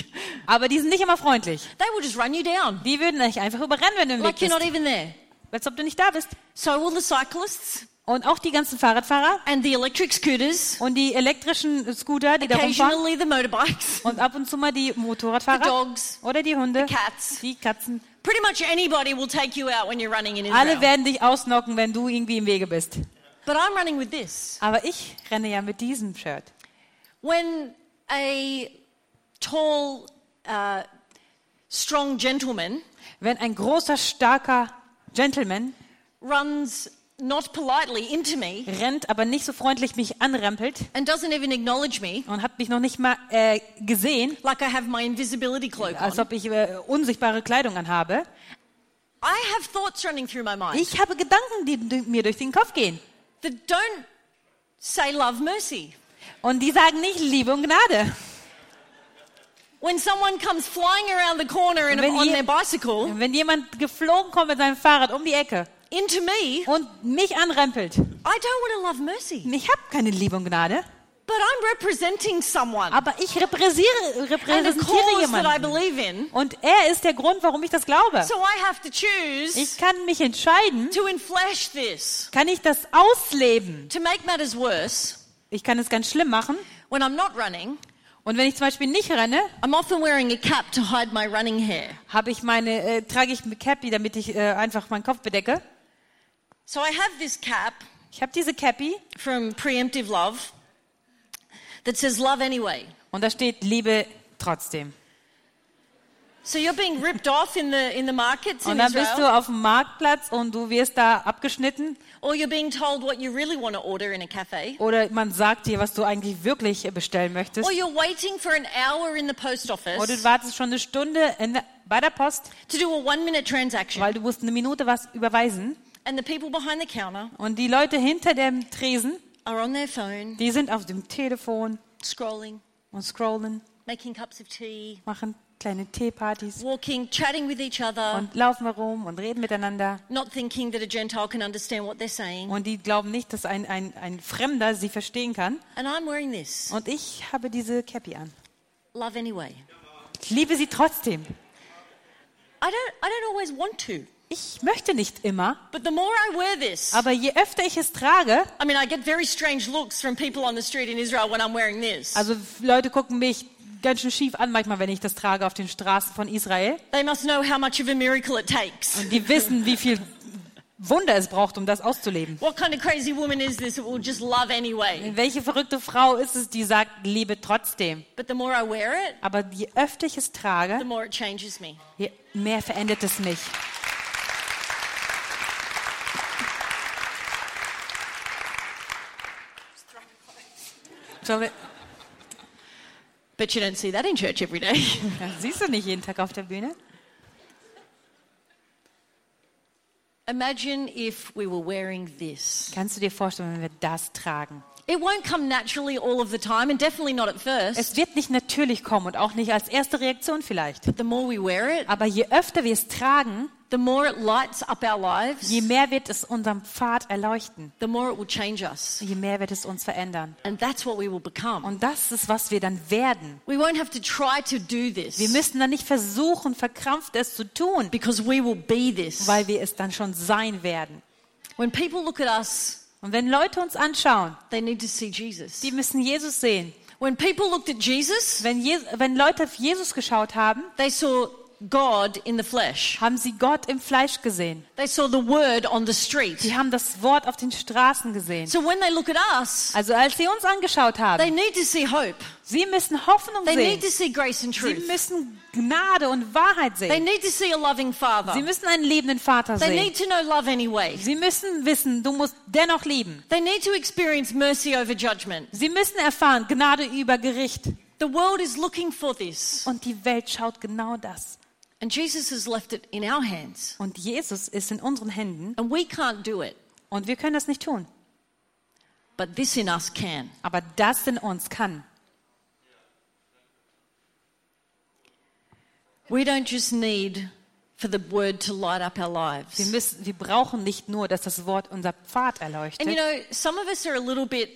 Aber die sind nicht immer freundlich.
they will just run you down
Die würden dich einfach überrennen, wenn du im Weg
like you're not
bist.
even there.
Als ob du nicht da bist.
So all the cyclists
Und auch die ganzen Fahrradfahrer
and the electric scooters,
und die elektrischen Scooter, die da rumfahren.
occasionally the motorbikes,
Und ab und zu mal die
the
Motorradfahrer
dogs,
oder die Hunde,
cats.
die Katzen.
Pretty much anybody will take you out when you're running in
Alle
Israel.
werden dich ausnocken, wenn du irgendwie im Wege bist.
But I'm running with this.
Aber ich renne ja mit diesem Shirt.
When a tall, uh, strong gentleman
Wenn ein großer, starker Gentleman
runs not politely into me
rennt, aber nicht so freundlich mich anrempelt
and doesn't even acknowledge me,
und hat mich noch nicht mal äh, gesehen,
like I have my invisibility cloak
als
on,
ob ich äh, unsichtbare Kleidung anhabe.
I have thoughts running through my mind
Ich habe Gedanken, die, die mir durch den Kopf gehen.
that don't say love mercy.
Und die sagen nicht Liebe und Gnade.
When someone comes flying around the corner and
Wenn
on
je-
their bicycle
Und wenn jemand geflogen kommt mit seinem Fahrrad um die Ecke
into me,
und mich anrempelt,
I don't want to love mercy.
ich habe keine Liebe und Gnade,
But I'm representing someone
aber ich repräsentiere,
and a
repräsentiere
cause that I
jemanden.
believe in.
Und er ist der Grund, warum ich das glaube.
So I have to
Ich
choose
kann mich entscheiden,
to enflesh this.
kann ich das ausleben?
To make matters worse,
Ich kann es ganz schlimm machen.
when I'm not running,
Und wenn ich zum Beispiel nicht renne,
I'm often wearing a cap to hide my running hair.
habe ich meine, äh, trage ich eine Cappy, damit ich äh, einfach meinen Kopf bedecke.
So I have this cap
Ich habe diese Cappy
from Preemptive Love that says love anyway.
und da steht Liebe trotzdem.
So you're being ripped off in the in the markets
Und
in
dann bist
Israel,
du auf dem Marktplatz und du wirst da abgeschnitten
or you're being told what you really want to order in a cafe,
oder man sagt dir, was du eigentlich wirklich äh, bestellen möchtest.
or you're waiting for an hour in the post
Oder du
office
wartest schon eine Stunde in, bei der Post,
to do a one-minute transaction,
weil du musst eine Minute was überweisen.
and the people behind the counter
Und die Leute hinter dem Tresen,
are on their phone
die sind auf dem Telefon
scrolling,
und scrollen,
making cups of tea,
machen kleine Teepartys
walking, chatting with each other,
und laufen herum und reden miteinander.
not thinking that a Gentile can understand what they're saying.
Und die glauben nicht, dass ein, ein, ein Fremder sie verstehen kann.
And I'm wearing this.
Und ich habe diese Cappy an.
Love anyway.
Ich liebe sie trotzdem.
I don't I don't always want to.
Ich möchte nicht immer,
But the more I wear this,
aber je öfter ich es trage,
I mean I get very strange looks from people on the street in Israel when I'm wearing this.
also Leute gucken mich ganz schön schief an manchmal, wenn ich das trage auf den Straßen von Israel.
They must know how much of a miracle it takes.
Und die wissen, wie viel Wunder es braucht, um das auszuleben.
What kind of crazy woman is this that will just love anyway?
Welche verrückte Frau ist es, die sagt, liebe trotzdem?
But the more I wear it,
Aber je öfter ich es
the
trage,
more it changes me.
je mehr verändert es mich. Entschuldigung.
But you don't see that in church every day.
Das siehst du nicht jeden Tag auf der Bühne.
Imagine if we were wearing this.
Kannst du dir vorstellen, wenn wir das tragen?
It won't come naturally all of the time, and definitely not at first.
Es wird nicht natürlich kommen und auch nicht als erste Reaktion vielleicht.
But the more we wear it,
Aber je öfter wir es tragen,
the more it lights up our lives,
je mehr wird es unseren Pfad erleuchten.
the more it will change us.
Je mehr wird es uns verändern.
And that's what we will become.
Und das ist, was wir dann werden.
We won't have to try to do
Wir
this
müssen dann nicht versuchen, verkrampft es zu tun,
because we will be this.
weil wir es dann schon sein werden.
When people look at us,
Und wenn Leute uns anschauen,
they need to see Jesus.
die müssen Jesus sehen.
When people looked at Jesus,
Wenn, Je wenn Leute auf Jesus geschaut haben,
they saw God in the flesh.
haben sie Gott im Fleisch gesehen.
They saw the word on the street.
Die haben das Wort auf den Straßen gesehen.
So when they look at us,
Also als sie uns angeschaut
they
haben,
need to see hope.
sie müssen Hoffnung
They need to
sehen.
see grace and
Sie
truth.
müssen Gnade und Wahrheit
They
sehen.
need to see a loving
Sie
father.
müssen einen liebenden Vater
They
sehen.
need to know love anyway.
Sie müssen wissen, du musst dennoch lieben.
They need to experience mercy over judgment.
Sie müssen erfahren, Gnade über Gericht.
The world is looking for this,
Und die Welt schaut genau das.
and Jesus has left it in our hands,
Und Jesus ist in unseren Händen
and we can't do it,
und wir können das nicht tun.
but this in us can.
Aber das in uns kann.
We don't just need for the word to light up our
Wir,
lives.
müssen, wir brauchen nicht nur, dass das Wort unser Pfad erleuchtet.
And you know, some of us are a little bit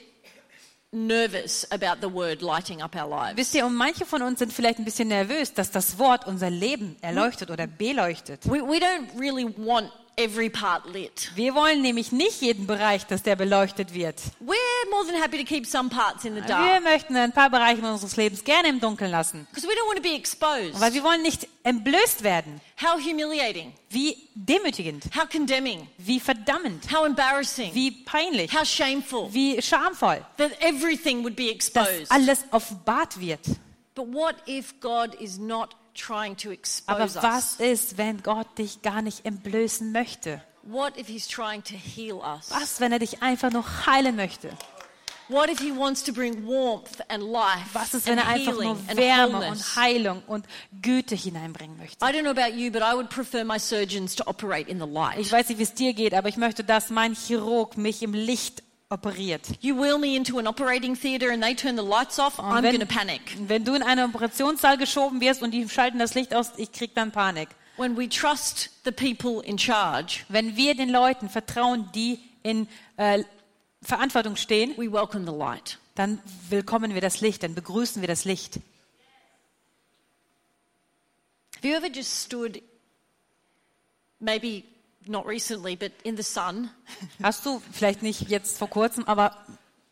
nervous about the word lighting up our lives.
Wisst ihr, und manche von uns sind vielleicht ein bisschen nervös, dass das Wort unser Leben erleuchtet oder beleuchtet.
We, we don't really want every part lit.
Wir wollen nämlich nicht jeden Bereich, dass der beleuchtet wird.
We're more than happy to keep some parts in the
Wir
dark
möchten ein paar Bereiche unseres Lebens gerne im Dunkeln lassen,
because we don't want to be exposed.
weil wir wollen nicht entblößt werden.
How humiliating,
Wie demütigend,
how condemning,
wie verdammend,
how embarrassing,
wie peinlich,
how shameful
wie schamvoll,
that everything would be
dass
exposed.
alles offenbart wird.
But what if God is not trying to
Aber
expose us?
was ist, wenn Gott dich gar nicht entblößen möchte?
What if He's trying to heal us?
Was, wenn er dich einfach nur heilen möchte?
What if He wants to bring warmth and life
Was ist, wenn
and
er einfach
healing
nur
and
Wärme und
wholeness?
Heilung und Güte hineinbringen möchte?
I don't know about you, but I would prefer my surgeons to operate in the
Ich
light.
weiß nicht, wie es dir geht, aber ich möchte, dass mein Chirurg mich im Licht operiert.
You wheel me into an operating theatre and they turn the lights off, I'm
wenn-
going to panic.
Wenn du in einen Operationssaal geschoben wirst und die schalten das Licht aus, ich krieg dann Panik.
When we trust the people in charge,
Wenn wir den Leuten vertrauen, die in äh, Verantwortung stehen,
we welcome the light.
dann willkommen wir das Licht, dann begrüßen wir das Licht.
Have you ever just stood, maybe not recently, but in the sun?
Hast du vielleicht nicht jetzt vor kurzem, aber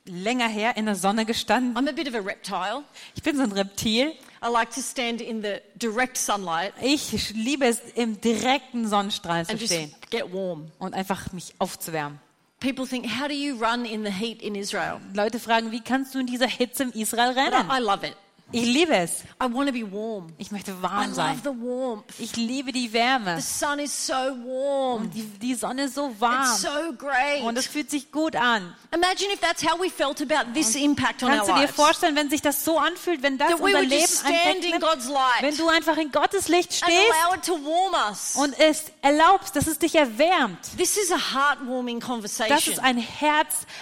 länger her in der Sonne gestanden?
I'm a bit of a reptile.
Ich bin so ein Reptil.
I like to stand in the direct sunlight
Ich liebe es, im direkten Sonnenstrahl zu
and just
stehen
get warm.
und einfach mich aufzuwärmen.
People think, how do you run in the heat in Israel?
Leute fragen, wie kannst du in dieser Hitze im Israel
But I,
rennen?
I love it.
Ich liebe es.
I want to be warm.
Ich möchte
I
warm sein.
love the warmth.
Ich liebe die
The
Wärme.
sun is so warm.
Die, die Sonne ist so
It's
warm
so
und es
great.
fühlt sich gut an.
Imagine if that's how we felt about this impact on our
Kannst du dir
lives.
vorstellen, wenn sich das so anfühlt, wenn das
That we
unser
would
Leben
just stand in
einpackt?
God's light
Wenn du einfach in Gottes Licht
and
stehst
allow it to warm us.
und es erlaubst, dass es dich erwärmt.
This is a heartwarming
Das
conversation.
ist ein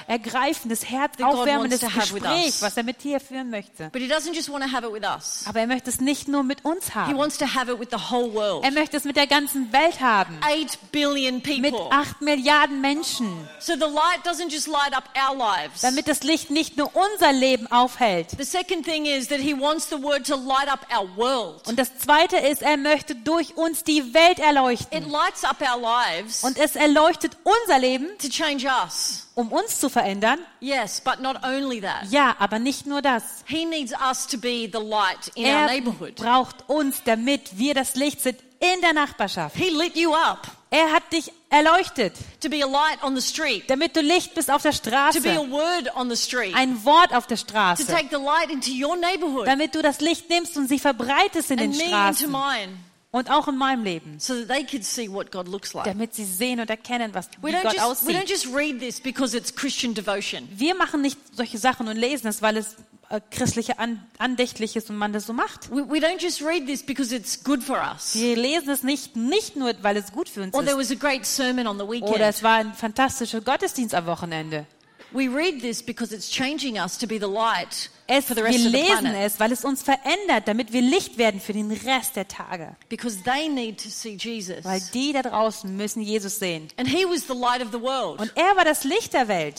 herzergreifendes,
God
herzaufwärmendes
wants to have with us.
Gespräch, was er mit dir führen möchte.
But he doesn't just want to have it with us.
Aber er möchte es nicht nur mit uns
He
haben.
wants to have it with the whole world.
Er möchte es mit der ganzen Welt haben.
Eight billion
Mit
people.
acht Milliarden Menschen.
So the light doesn't just light up our lives.
Damit das Licht nicht nur unser Leben aufhält.
The second thing is that he wants the word to light up our world.
Und das zweite ist, er möchte durch uns die Welt
It
erleuchten.
lights up our lives
Und es erleuchtet unser Leben,
to change us.
um uns zu verändern.
Yes, but not only that.
Ja, aber nicht nur das.
He needs us to be the light in our
Er
neighborhood.
braucht uns, damit wir das Licht sind in der Nachbarschaft.
He lit you up
Er hat dich erleuchtet.
to be a light on the street,
damit du Licht bist auf der
to be a
Straße,
word on the street,
ein Wort auf der
to
Straße,
take the light into your neighborhood
damit du das Licht nimmst und sie verbreitest in den
and me into
Straßen
mine.
und auch in meinem Leben,
so that they could see what God looks like.
damit sie sehen und erkennen, was
We
wie
don't,
Gott
just, we don't
aussieht.
just read this because it's Christian devotion.
Wir machen nicht solche Sachen und lesen es, weil es äh, christliche An andächtlich ist und man das so macht.
We, we don't just read this because it's good for us.
Wir lesen es nicht, nicht nur, weil es gut für uns
Or there
ist.
was a great sermon on the
Oder
weekend.
es war ein fantastischer Gottesdienst am Wochenende.
We read this because it's changing us to be the light
Es,
for the
wir
rest of the
lesen
planet.
es, weil es uns verändert, damit wir Licht werden für den Rest der Tage.
Because they need to see
Weil
Jesus.
die da draußen müssen Jesus sehen.
And he was the light of the world.
Und er war das Licht der Welt.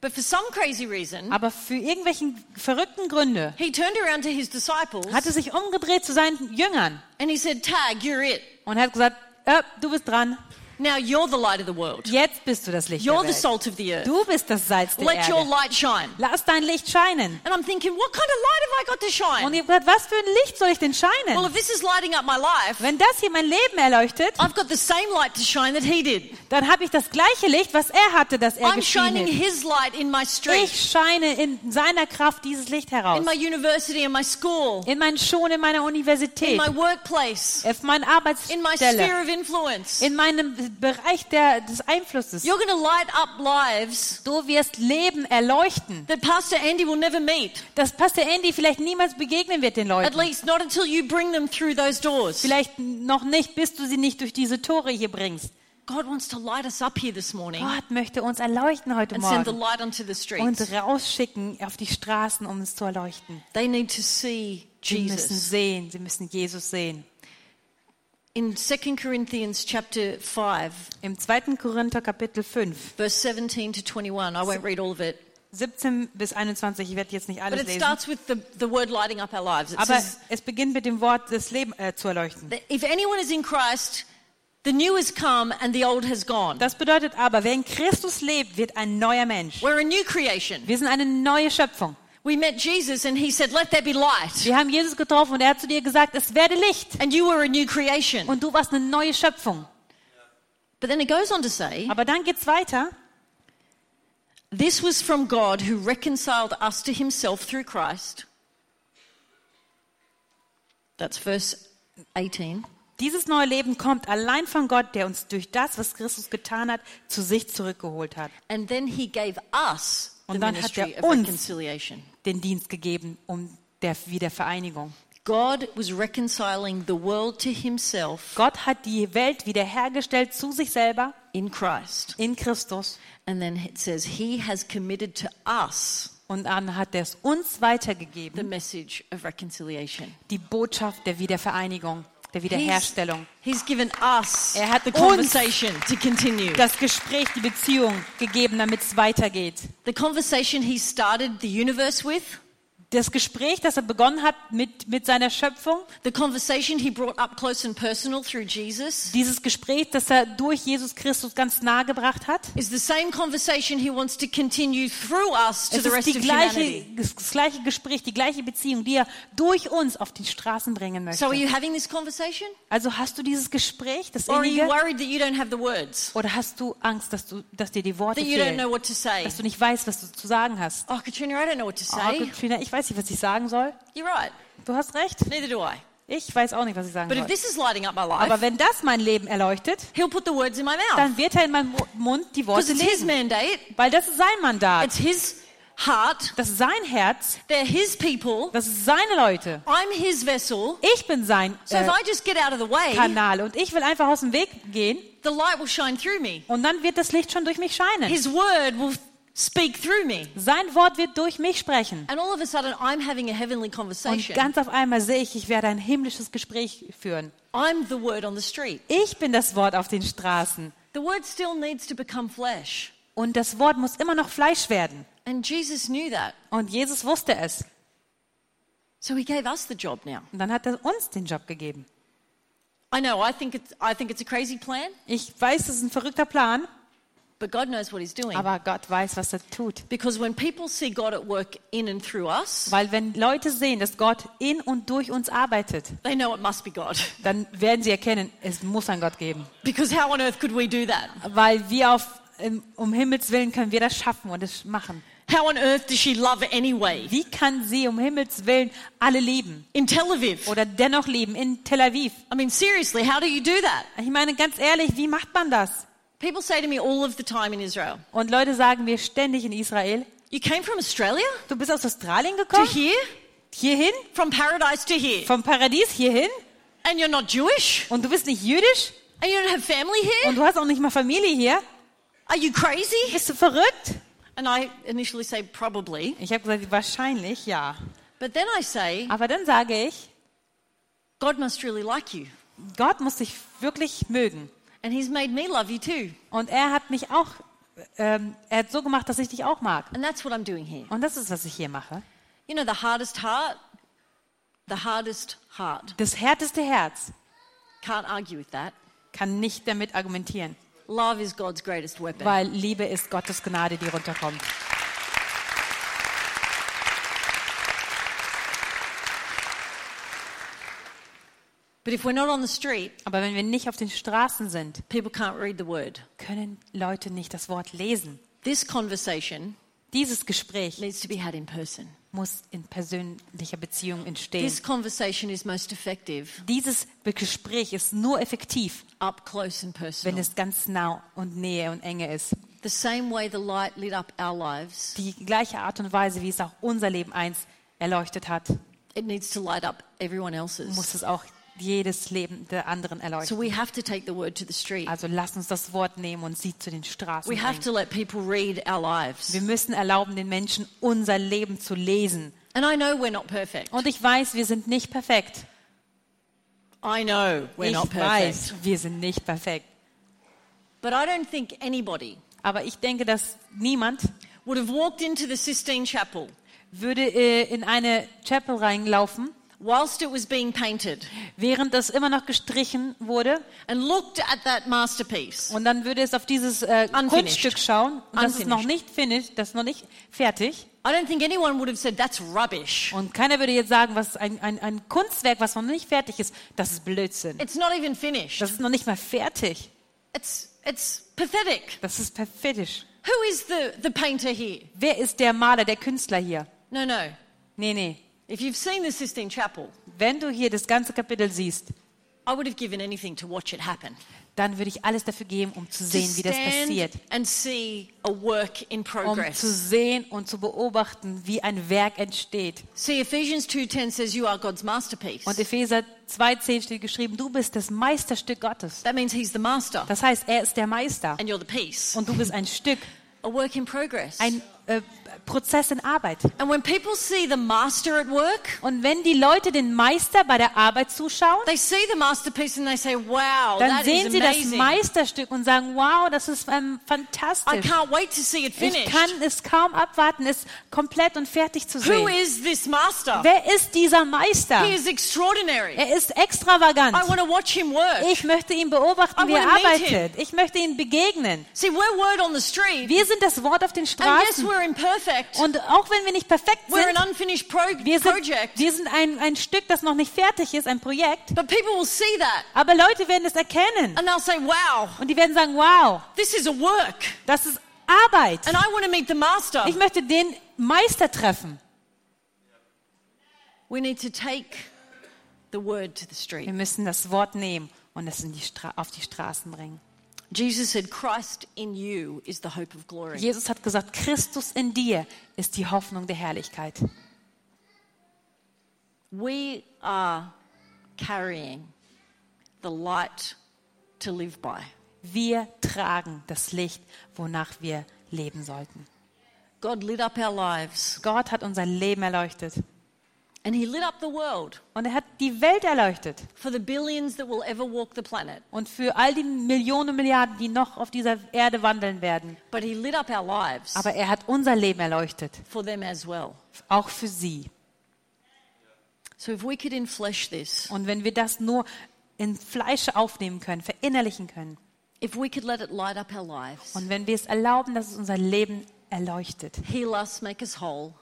But for some crazy reason,
Aber für irgendwelchen verrückten Gründe
he turned around to his disciples
hat er sich umgedreht zu seinen Jüngern
and he said, Tag, you're it.
und hat gesagt, äh, du bist dran,
Now you're the light of the world.
jetzt bist du das Licht der
You're the
Welt.
salt of the earth.
Du bist das Salz der
Let your
Erde.
light shine.
Lass dein Licht scheinen.
And I'm thinking, what kind of light have I got to
Und
shine?
ihr gesagt, was für ein Licht soll ich denn
Well,
scheinen?
if this is lighting up my life,
Wenn das hier mein Leben erleuchtet,
I've got the same light to shine that he did.
dann habe ich das gleiche Licht, was er hatte, das er
I'm shining
geschienen.
his light in my street,
Ich scheine in seiner Kraft dieses Licht
in
heraus.
my university, in my school,
In meinen Schuhen, in meiner
in
Universität,
my workplace,
auf meiner
in my
Arbeitsstelle,
sphere of influence.
in meinem Bereich der, des Einflusses.
You're going to light up lives
Du wirst Leben erleuchten.
that Pastor Andy will never meet.
Das Pastor Andy vielleicht niemals begegnen wird den
At
Leuten.
least not until you bring them through those doors.
Vielleicht noch nicht, bis du sie nicht durch diese Tore hier bringst.
God wants to light us up here this morning
Gott möchte uns erleuchten heute
and send the
Morgen
light onto the streets.
und rausschicken auf die Straßen, um uns zu erleuchten.
They need to see
Sie müssen
Jesus.
sehen, sie müssen Jesus sehen.
In 2 Corinthians chapter 5,
Im 2. Korinther Kapitel 5,
verse 17 to 21, I won't read all of it,
17 bis 21, ich werde jetzt nicht
but
alles
it
lesen,
starts with the, the word lighting up our lives. It
aber
says,
es beginnt mit dem Wort, das Leben äh, zu erleuchten.
that if anyone is in Christ, the new has come and the old has gone.
Das bedeutet aber, wer in Christus lebt, wird ein neuer Mensch.
We're a new creation.
Wir sind eine neue Schöpfung.
We met Jesus and he said, Let there be light.
Wir haben Jesus getroffen und er hat zu dir gesagt, es werde Licht.
And you were a new creation.
Und du warst eine neue Schöpfung.
But then it goes on to say,
Aber dann geht's weiter.
This was from God who reconciled us to himself through Christ. That's verse 18.
Dieses neue Leben kommt allein von Gott, der uns durch das, was Christus getan hat, zu sich zurückgeholt hat.
And then he gave us the
Und dann hat
ministry
er
of
uns-
reconciliation.
Den Dienst gegeben um der Wiedervereinigung.
God was reconciling the world to himself
Gott hat die Welt wiederhergestellt zu sich selber
in Christ.
in Christus.
And then it says, He has committed to us
Und dann hat er es uns
the
weitergegeben,
message of reconciliation.
die Botschaft der Wiedervereinigung, der
He's,
Wiederherstellung.
he's given us
Er hat
the
uns-
conversation to continue.
Das Gespräch, die Beziehung gegeben, damit es weitergeht.
The conversation he started the universe with.
Das Gespräch, das er begonnen hat mit, mit seiner Schöpfung,
The conversation he brought up close and personal through Jesus
dieses Gespräch, das er durch Jesus Christus ganz nahe gebracht hat,
is the same conversation he wants to continue through us to
Es
the
ist
rest
die
of
gleiche,
humanity.
das gleiche Gespräch, die gleiche Beziehung, die er durch uns auf die Straßen bringen möchte.
So are you having this conversation?
Also hast du dieses Gespräch, das
Or are you
innige,
worried that you don't have the words?
oder hast du Angst, dass, du, dass dir die Worte
That you don't know
fehlen,
what to say?
dass du nicht weißt, was du zu sagen hast?
Oh, Katrina, I don't know what to
Oh,
say.
Katrina, ich weiß nicht, was ich sagen soll.
You're right.
Du hast recht.
Neither do I.
Ich weiß auch nicht, was ich sagen
But if
soll.
this is lighting up my
Aber
life,
wenn das mein Leben erleuchtet,
he'll put the words in my mouth.
dann wird er in meinem Mu- Mund die
Because
Worte
it's his
lesen,
mandate,
weil das ist sein Mandat.
it's his heart,
Das ist sein Herz,
they're his people,
das ist seine Leute.
I'm his vessel.
Ich bin sein
So if
äh,
I just get out of the way,
Kanal und ich will einfach aus dem Weg gehen
the light will shine through me.
Und dann wird das Licht schon durch mich scheinen.
His word will speak through me.
Sein Wort wird durch mich sprechen.
And all of a sudden, I'm having a heavenly
Und
conversation.
ganz auf einmal sehe ich, ich werde ein himmlisches Gespräch führen.
I'm the word on the street.
Ich bin das Wort auf den Straßen.
The word still needs to become flesh.
Und das Wort muss immer noch Fleisch werden.
And Jesus knew that.
Und Jesus wusste es.
So he gave us the job now.
Und dann hat er uns den Job gegeben.
I know, I think it's, I think it's a crazy plan,
Ich weiß, das ist ein verrückter Plan,
but God knows what he's doing.
aber Gott weiß, was er tut.
Because when people see God at work in and through us,
Weil wenn Leute sehen, dass Gott in und durch uns arbeitet,
they know it must be God.
dann werden sie erkennen, es muss einen Gott geben.
Because how on earth could we do that?
Weil wir auf, im- um Himmels Willen können wir das schaffen und es machen.
How on earth does she love anyway?
Wie kann sie um Himmels Willen alle lieben
In Tel Aviv.
oder dennoch lieben in Tel Aviv?
I mean, seriously, how do you do that?
Ich meine, ganz ehrlich, wie macht man das?
People say to me all of the time in Israel,
Und Leute sagen mir ständig in Israel,
You came from Australia
Du bist aus Australien
to
gekommen,
here,
hierhin,
from paradise to here,
vom Paradies hierhin,
and you're not Jewish,
und du bist nicht jüdisch
and you don't have family
und
here.
du hast auch nicht mal Familie hier.
Are you crazy?
Bist du verrückt?
And I initially say probably,
Ich habe gesagt, wahrscheinlich ja.
but then I say
Aber dann sage ich,
God must really like you,
Gott muss dich wirklich mögen.
and He's made me love you too,
Und er hat mich auch, ähm, er hat so gemacht, dass ich dich auch mag.
and that's what I'm doing here.
Und das ist, was ich hier mache.
You know, the hardest heart, the hardest heart.
Das härteste Herz
Can't argue with that.
kann nicht damit argumentieren,
Love is God's greatest weapon.
weil Liebe ist Gottes Gnade, die runterkommt.
But if we're not on the street,
Aber wenn wir nicht auf den Straßen sind,
people can't read the word.
können Leute nicht das Wort lesen.
This conversation
Dieses Gespräch
needs to be had in person.
muss in persönlicher Beziehung entstehen.
This conversation is most effective
Dieses Be- Gespräch ist nur effektiv,
up close and
wenn
personal.
es ganz nah und Nähe und Enge ist.
The same way the light lit up our lives,
Die gleiche Art und Weise, wie es auch unser Leben einst erleuchtet hat,
it needs to light up everyone
muss
else's.
es auch jedes Leben der anderen
So
erleuchten.
we have to take the word to the street.
Also lass uns das Wort nehmen und sie zu den Straßen
We have
bringen.
to let people read our lives.
Wir müssen erlauben, den Menschen unser Leben zu lesen.
And I know we're not perfect.
Und ich weiß, wir sind nicht perfekt.
I know we're
ich
not perfect.
weiß, wir sind nicht perfekt.
But I don't think anybody
Aber ich denke, dass niemand
would have walked into the Sistine Chapel
würde äh, in eine Chapel reinlaufen,
whilst it was being painted
während das immer noch gestrichen wurde.
and looked at that masterpiece
Und dann würde es auf dieses äh,
Unfinished.
Kunststück schauen. Und das ist
Unfinished.
noch nicht finished, das ist noch nicht fertig.
I don't think anyone would have said, that's rubbish.
Und keiner würde jetzt sagen, was ein, ein, ein Kunstwerk, was noch nicht fertig ist, das ist Blödsinn.
It's not even finished.
Das ist noch nicht mal fertig.
It's, it's pathetic.
Das ist perfektisch.
Who is the, the painter here?
Wer ist der Maler, der Künstler hier?
No, no.
Nee, nee.
If you've seen the Sistine Chapel,
Wenn du hier das ganze Kapitel siehst,
I would have given anything to watch it happen.
dann würde ich alles dafür geben, um zu sehen,
to
wie das
stand
passiert.
and see a work in
Um
progress.
zu sehen und zu beobachten, wie ein Werk entsteht.
See, Ephesians 2.10 says you are God's masterpiece.
Und Epheser 2,10 steht geschrieben, du bist das Meisterstück Gottes.
That means he's the master
Das heißt, er ist der Meister
and you're the piece.
und du bist ein Stück,
A work in progress.
ein äh, Prozess in Arbeit.
and when people see the master at work,
Und wenn die Leute den Meister bei der Arbeit zuschauen,
they see the masterpiece and they say, wow,
dann
that
sehen
is
sie das
amazing.
Meisterstück und sagen, wow, das ist ähm,
I
fantastisch.
can't wait to see it
Ich
finished.
kann es kaum abwarten, es komplett und fertig zu
Who
sehen.
is this master?
Wer ist dieser Meister?
He is extraordinary.
Er ist
I
extravagant.
want to watch him work.
Ich möchte ihn beobachten,
I
wie er
wanna meet
arbeitet. Ich möchte ihn begegnen.
See, we're word on the street.
Wir sind das Wort auf den
and yes,
Straßen.
we're imperfect.
Und auch wenn wir nicht perfekt
We're an
sind,
unfinished pro-
wir sind,
project.
wir sind ein, ein Stück, das noch nicht fertig ist, ein Projekt.
But people will see that
Aber Leute werden es erkennen.
and they'll say, wow,
Und die werden sagen, wow,
this is a work.
das ist Arbeit.
And I want to meet the master.
Ich möchte den Meister treffen.
We need to take the word to the street.
Wir müssen das Wort nehmen und es in die Stra auf die Straßen bringen.
Jesus said, Christ in you is the hope of glory.
Jesus hat gesagt, Christus in dir ist die Hoffnung der Herrlichkeit.
We are carrying the light to live by.
Wir tragen das Licht, wonach wir leben sollten.
God lit up our lives
Gott hat unser Leben erleuchtet
and He lit up the world
und er hat die Welt erleuchtet
for the billions that will ever walk the planet.
und für all die Millionen und Milliarden, die noch auf dieser Erde wandeln werden.
But He lit up our lives
Aber er hat unser Leben erleuchtet,
for them as well.
auch für sie.
So if we could enflesh this,
Und wenn wir das nur in Fleisch aufnehmen können, verinnerlichen können
if we could let it light up our lives,
und wenn wir es erlauben, dass es unser Leben erleuchtet,
heal us, make us whole.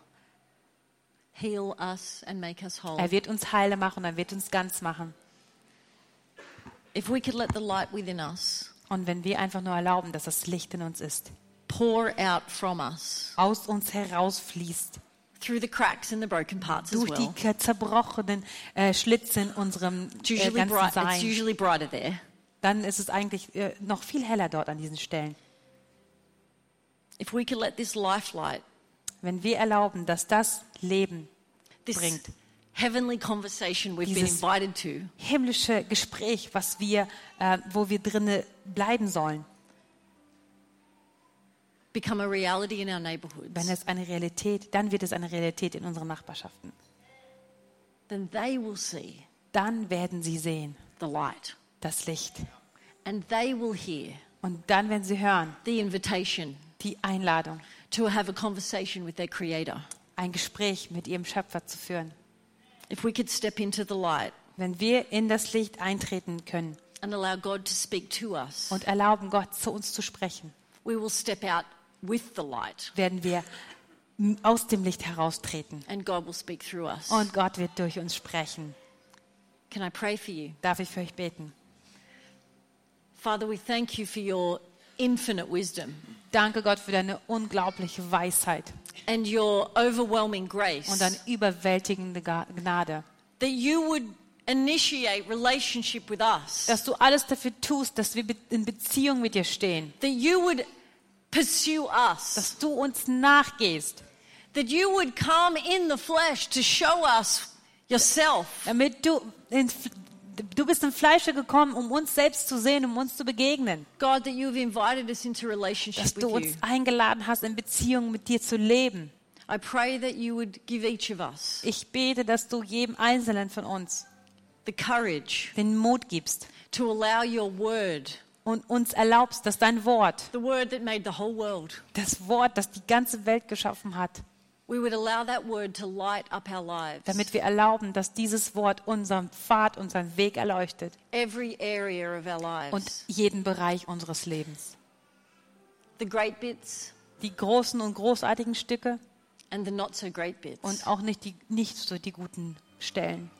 Heal us and make us whole.
er wird uns heile machen, er wird uns ganz machen.
If we could let the light within us
Und wenn wir einfach nur erlauben, dass das Licht in uns ist,
pour out from us
aus uns herausfließt,
through the cracks in the broken parts as
durch die
well.
ke- zerbrochenen äh, Schlitze in unserem
It's
äh,
usually,
ganzen
bright, it's
Sein,
usually brighter there.
dann ist es eigentlich äh, noch viel heller dort an diesen Stellen.
If we could let this life light
wenn wir erlauben, dass das Leben,
This
Bringt.
heavenly conversation we've been
Dieses-
invited to
himmlische Gespräch, was wir, äh, wo wir drinne bleiben sollen,
become a reality in our neighborhoods,
wenn es eine Realität, dann wird es eine Realität in unseren Nachbarschaften.
then they will see
Dann werden sie sehen,
the light
das Licht.
and they will hear
Und dann werden sie hören,
the invitation
die Einladung,
to have a conversation with their creator.
ein Gespräch mit ihrem Schöpfer zu führen.
If we could step into the light
Wenn wir in das Licht eintreten können
and allow God to speak to us,
und erlauben, Gott zu uns zu sprechen,
we will step out with the light
werden wir m- aus dem Licht heraustreten.
and God will speak through us.
Und Gott wird durch uns sprechen.
Can I pray for you?
Darf ich für euch beten?
Father, we thank you for your infinite wisdom
Danke Gott für deine unglaubliche Weisheit
and your overwhelming grace
und deine überwältigende Ga- Gnade,
that you would initiate relationship with us,
dass du alles dafür tust, dass wir be- in Beziehung mit dir stehen,
that you would pursue us,
dass du uns nachgehst,
that you would come in the flesh to show us yourself,
damit du in, F- du bist im Fleische gekommen, um uns selbst zu sehen, um uns zu begegnen,
God, that you've invited us into relationship
dass du
with you.
uns eingeladen hast, in Beziehung mit dir zu leben.
I pray that you would give each of us
Ich bete, dass du jedem Einzelnen von uns
the courage
den Mut gibst
to allow your word,
und uns erlaubst, dass dein Wort,
the word that made the whole world,
das Wort, das die ganze Welt geschaffen hat,
we would allow that word to light up our lives.
damit wir erlauben, dass dieses Wort unseren Pfad, unseren Weg erleuchtet
every area of our lives.
und jeden Bereich unseres Lebens.
the great bits
Die großen und großartigen Stücke
and the not so great bits.
und auch nicht, die, nicht so die guten Stellen.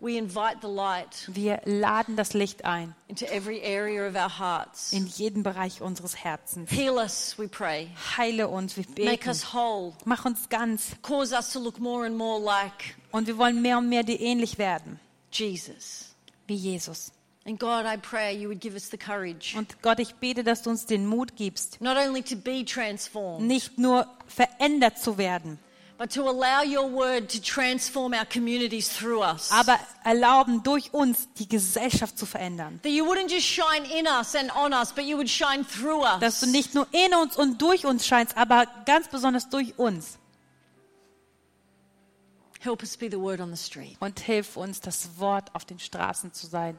we invite the light
Wir laden das Licht ein
into every area of our hearts.
in jeden Bereich unseres Herzens.
Heal us, we pray.
Heile uns, wir
Make
beten.
us whole.
Mach uns ganz
Cause us to look more and more like
und wir wollen mehr und mehr dir ähnlich werden,
Jesus.
wie Jesus.
And God, I pray you would give us the courage
Und Gott, ich bete, dass du uns den Mut gibst,
not only to be transformed,
nicht nur verändert zu werden,
but to allow your word to transform our communities through us.
aber erlauben, durch uns die Gesellschaft zu verändern.
that you wouldn't just shine in us and on us, but you would shine through us.
Dass du nicht nur in uns und durch uns scheinst, aber ganz besonders durch uns.
Help us be the word on the street.
Und hilf uns, das Wort auf den Straßen zu sein.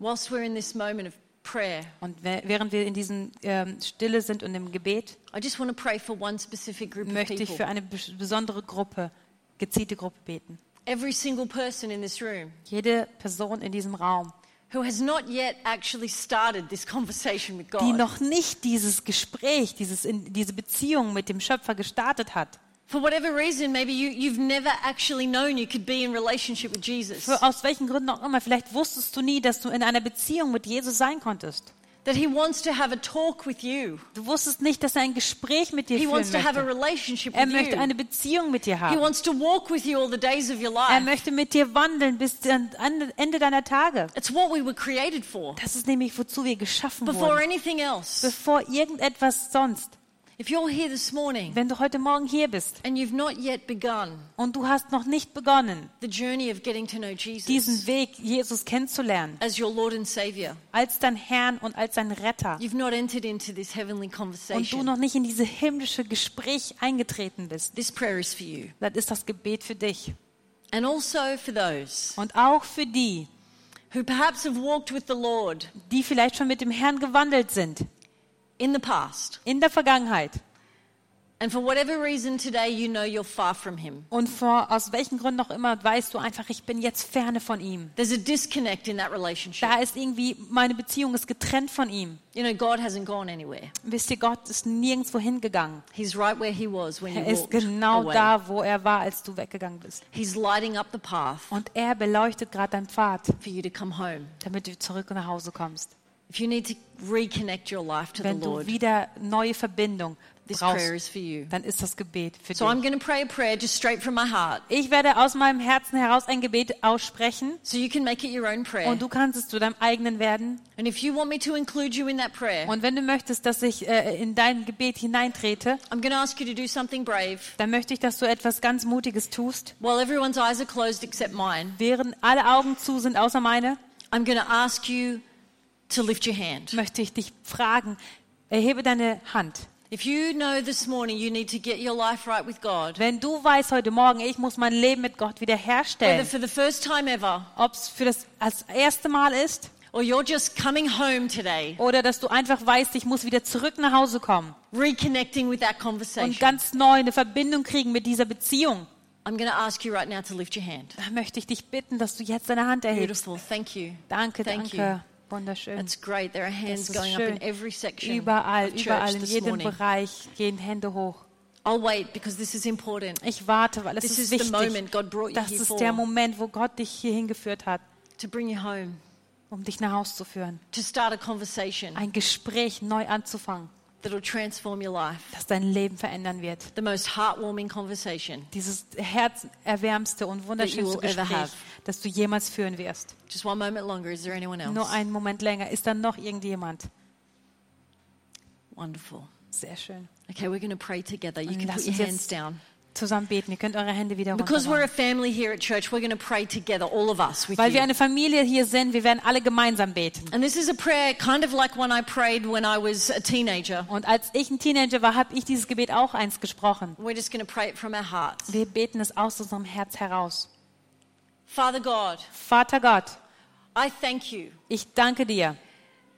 Whilst we're in this moment of prayer,
Und we- während wir in diesem ähm, Stille sind und im Gebet,
I just want to pray for one specific group of
möchte ich
people.
für eine bes- besondere Gruppe, gezielte Gruppe beten.
Every single person in this room
Jede Person in diesem Raum,
who has not yet actually started this conversation with
die
God.
noch nicht dieses Gespräch, dieses, in, diese Beziehung mit dem Schöpfer gestartet hat.
For whatever reason, maybe you, you've never actually known you could be in relationship with Jesus.
Für, aus welchen Gründen auch immer, vielleicht wusstest du nie, dass du in einer Beziehung mit Jesus sein konntest.
That He wants to have a talk with you.
Du wusstest nicht, dass er ein Gespräch mit dir
He
führen
wants to have a
möchte.
relationship
Er
with
möchte eine
you.
Beziehung mit dir
He
haben.
wants to walk with you all the days of your life.
Er möchte mit dir wandeln bis zum Ende deiner Tage.
It's what we were created for.
Das ist nämlich, wozu wir geschaffen
Before
wurden.
anything else,
Bevor irgendetwas sonst.
if you're here this morning
Wenn du heute Morgen hier bist
and you've not yet begun
und du hast noch nicht begonnen,
the journey of getting to know
diesen
Jesus
Weg, Jesus kennenzulernen,
as your Lord and Savior,
als dein Herrn und als dein Retter,
you've not entered into this heavenly
und du
conversation.
noch nicht in dieses himmlische Gespräch eingetreten bist,
This prayer is for you.
dann ist das Gebet für dich.
And also for those
Und auch für die,
who perhaps have walked with the Lord
die vielleicht schon mit dem Herrn gewandelt sind
in the past,
in der Vergangenheit
and for whatever reason today you know you're far from Him.
und vor, aus welchen Gründen auch immer weißt du einfach, ich bin jetzt ferne von ihm.
There's a disconnect in that relationship.
Da ist irgendwie, meine Beziehung ist getrennt von ihm.
You know, God hasn't gone anywhere.
Wisst ihr, Gott ist nirgendwo hingegangen.
He's right where He was when
Er
you
ist
walked
genau
away.
da, wo er war, als du weggegangen bist.
He's lighting up the path
Und er beleuchtet gerade deinen Pfad,
for you to come home.
damit du zurück nach Hause kommst.
If you need to reconnect your life to the
Wenn du
Lord,
wieder neue Verbindung
this prayer
brauchst,
is for you.
dann ist das Gebet für
So I'm
dich.
going to pray a prayer just straight from my heart.
Ich werde aus meinem Herzen heraus ein Gebet aussprechen
So you can make it your own prayer.
und du kannst es zu deinem eigenen werden.
And if you want me to include you in that prayer,
Und wenn du möchtest, dass ich äh, in dein Gebet hineintrete,
I'm going to ask you to do something brave.
dann möchte ich, dass du etwas ganz Mutiges tust.
While everyone's eyes are closed except mine,
Während alle Augen zu sind, außer meine,
I'm going to ask you to lift your hand.
möchte ich dich fragen, erhebe deine Hand.
If you know this morning you need to get your life right with God,
Wenn du weißt heute Morgen, ich muss mein Leben mit
whether
Gott wiederherstellen,
for the first time ever
ob es für das als erste Mal ist
or you're just coming home today,
oder dass du einfach weißt, ich muss wieder zurück nach Hause kommen
reconnecting with that
und
conversation,
ganz neu eine Verbindung kriegen mit dieser Beziehung,
I'm going to ask you right now to lift your hand.
dann möchte ich dich bitten, dass du jetzt deine Hand erhebst.
Beautiful. Thank you.
Danke,
Thank
danke. Wunderschön.
That's great. There are hands
ist
going up in
schön.
every section
Überall,
of church
überall, in
this
jedem
morning.
Bereich gehen Hände hoch.
I'll wait because this is important.
Ich warte, weil es
This
ist
is the
wichtig.
moment God brought you
Das
here
ist
for.
der Moment, wo Gott dich hier hingeführt hat,
to bring you home,
um dich nach Hause zu führen.
to start a conversation
Ein Gespräch neu anzufangen,
that'll transform your life.
das dein Leben verändern wird.
The most heartwarming conversation.
Dieses herzerwärmste und wunderschönste
That you will ever
Gespräch,
have.
das du jemals führen wirst.
Just one moment longer. Is there anyone else?
Nur einen Moment länger. Ist dann noch irgendjemand?
Wonderful.
Sehr schön.
Okay, we're going to pray together. You
Und
can put
lasst
your
uns
hands
jetzt
down.
zusammen beten. Ihr könnt eure Hände wieder
Because we're
runter.
a family here at church, we're going to pray together, all of us, with
Weil
you.
wir eine Familie hier sind, wir werden alle gemeinsam beten.
And this is a prayer kind of like one I prayed when I was a teenager.
Und als ich ein Teenager war, habe ich dieses Gebet auch eins gesprochen.
We're just going to pray it from our hearts.
Wir beten es aus unserem Herz heraus.
Father God,
Vater Gott,
I thank you
ich danke dir,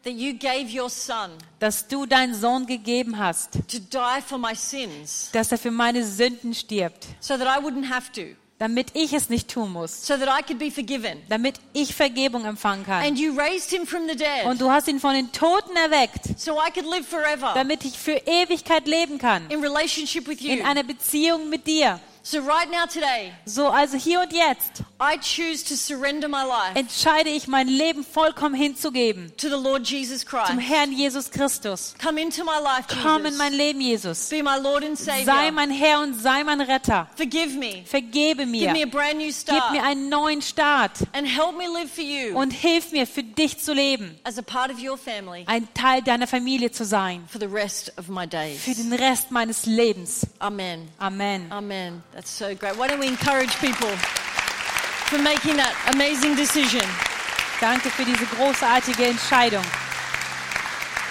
that you gave your son
dass du deinen Sohn gegeben hast,
to die for my sins
dass er für meine Sünden stirbt,
so that I wouldn't have to,
damit ich es nicht tun muss,
so that I could be forgiven.
damit ich Vergebung empfangen kann.
And you raised him from the
Und
dead
du hast ihn von den Toten erweckt,
so I could live forever
damit ich für Ewigkeit leben kann,
in relationship with
in
you.
einer Beziehung mit dir.
So right now today,
So, also hier und jetzt
I choose to surrender my life
entscheide ich, mein Leben vollkommen hinzugeben
to the Lord Jesus
zum
Christ.
Herrn Jesus Christus.
Come into my life,
Komm in mein
Jesus.
Leben, Jesus.
Be my Lord and
Sei
Savior.
mein Herr und sei mein Retter.
Forgive me.
Vergebe mir.
Give me a brand new
Gib mir
start.
einen neuen Start
And help me live for you
und hilf mir, für dich zu leben,
as a part of your family
ein Teil deiner Familie zu sein,
for the rest of my
für
days.
den Rest meines Lebens.
Amen.
Amen.
Amen. That's so great. Why don't we encourage people for making that amazing decision?
Danke für diese großartige Entscheidung.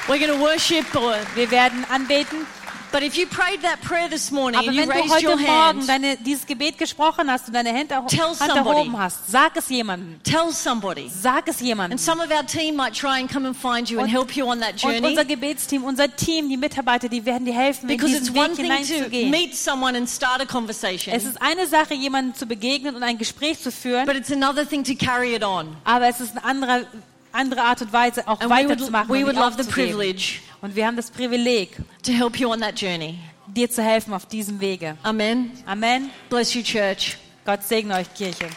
We're going to worship, or,
Wir werden anbeten.
but if you prayed that prayer this morning
Aber
and you
wenn du
raised
heute
your
Morgen
hand,
deine, dieses Gebet gesprochen hast und deine Hand, erho
Tell
Hand
somebody.
erhoben hast, sag es jemandem.
tell somebody.
Sag es jemandem.
And some of our team might try and come and find you and
Und-
help you on that
Und
journey.
unser Gebetsteam, unser Team, die Mitarbeiter, die werden dir helfen, in
Because it's
diesen
one
Weg
thing to
hineinzugehen.
meet someone and start a conversation,
Es ist eine Sache, jemandem zu begegnen und ein Gespräch zu führen,
but it's another thing to carry it on.
aber es ist eine andere, andere Art und Weise, auch
And we would,
weiterzumachen
we
und
would
nicht
love the
aufzugeben.
privilege
Und wir haben das Privileg,
to help you on that journey.
dir zu helfen auf diesem Wege.
Amen.
Amen.
Bless you, church.
Gott segne euch, Kirche.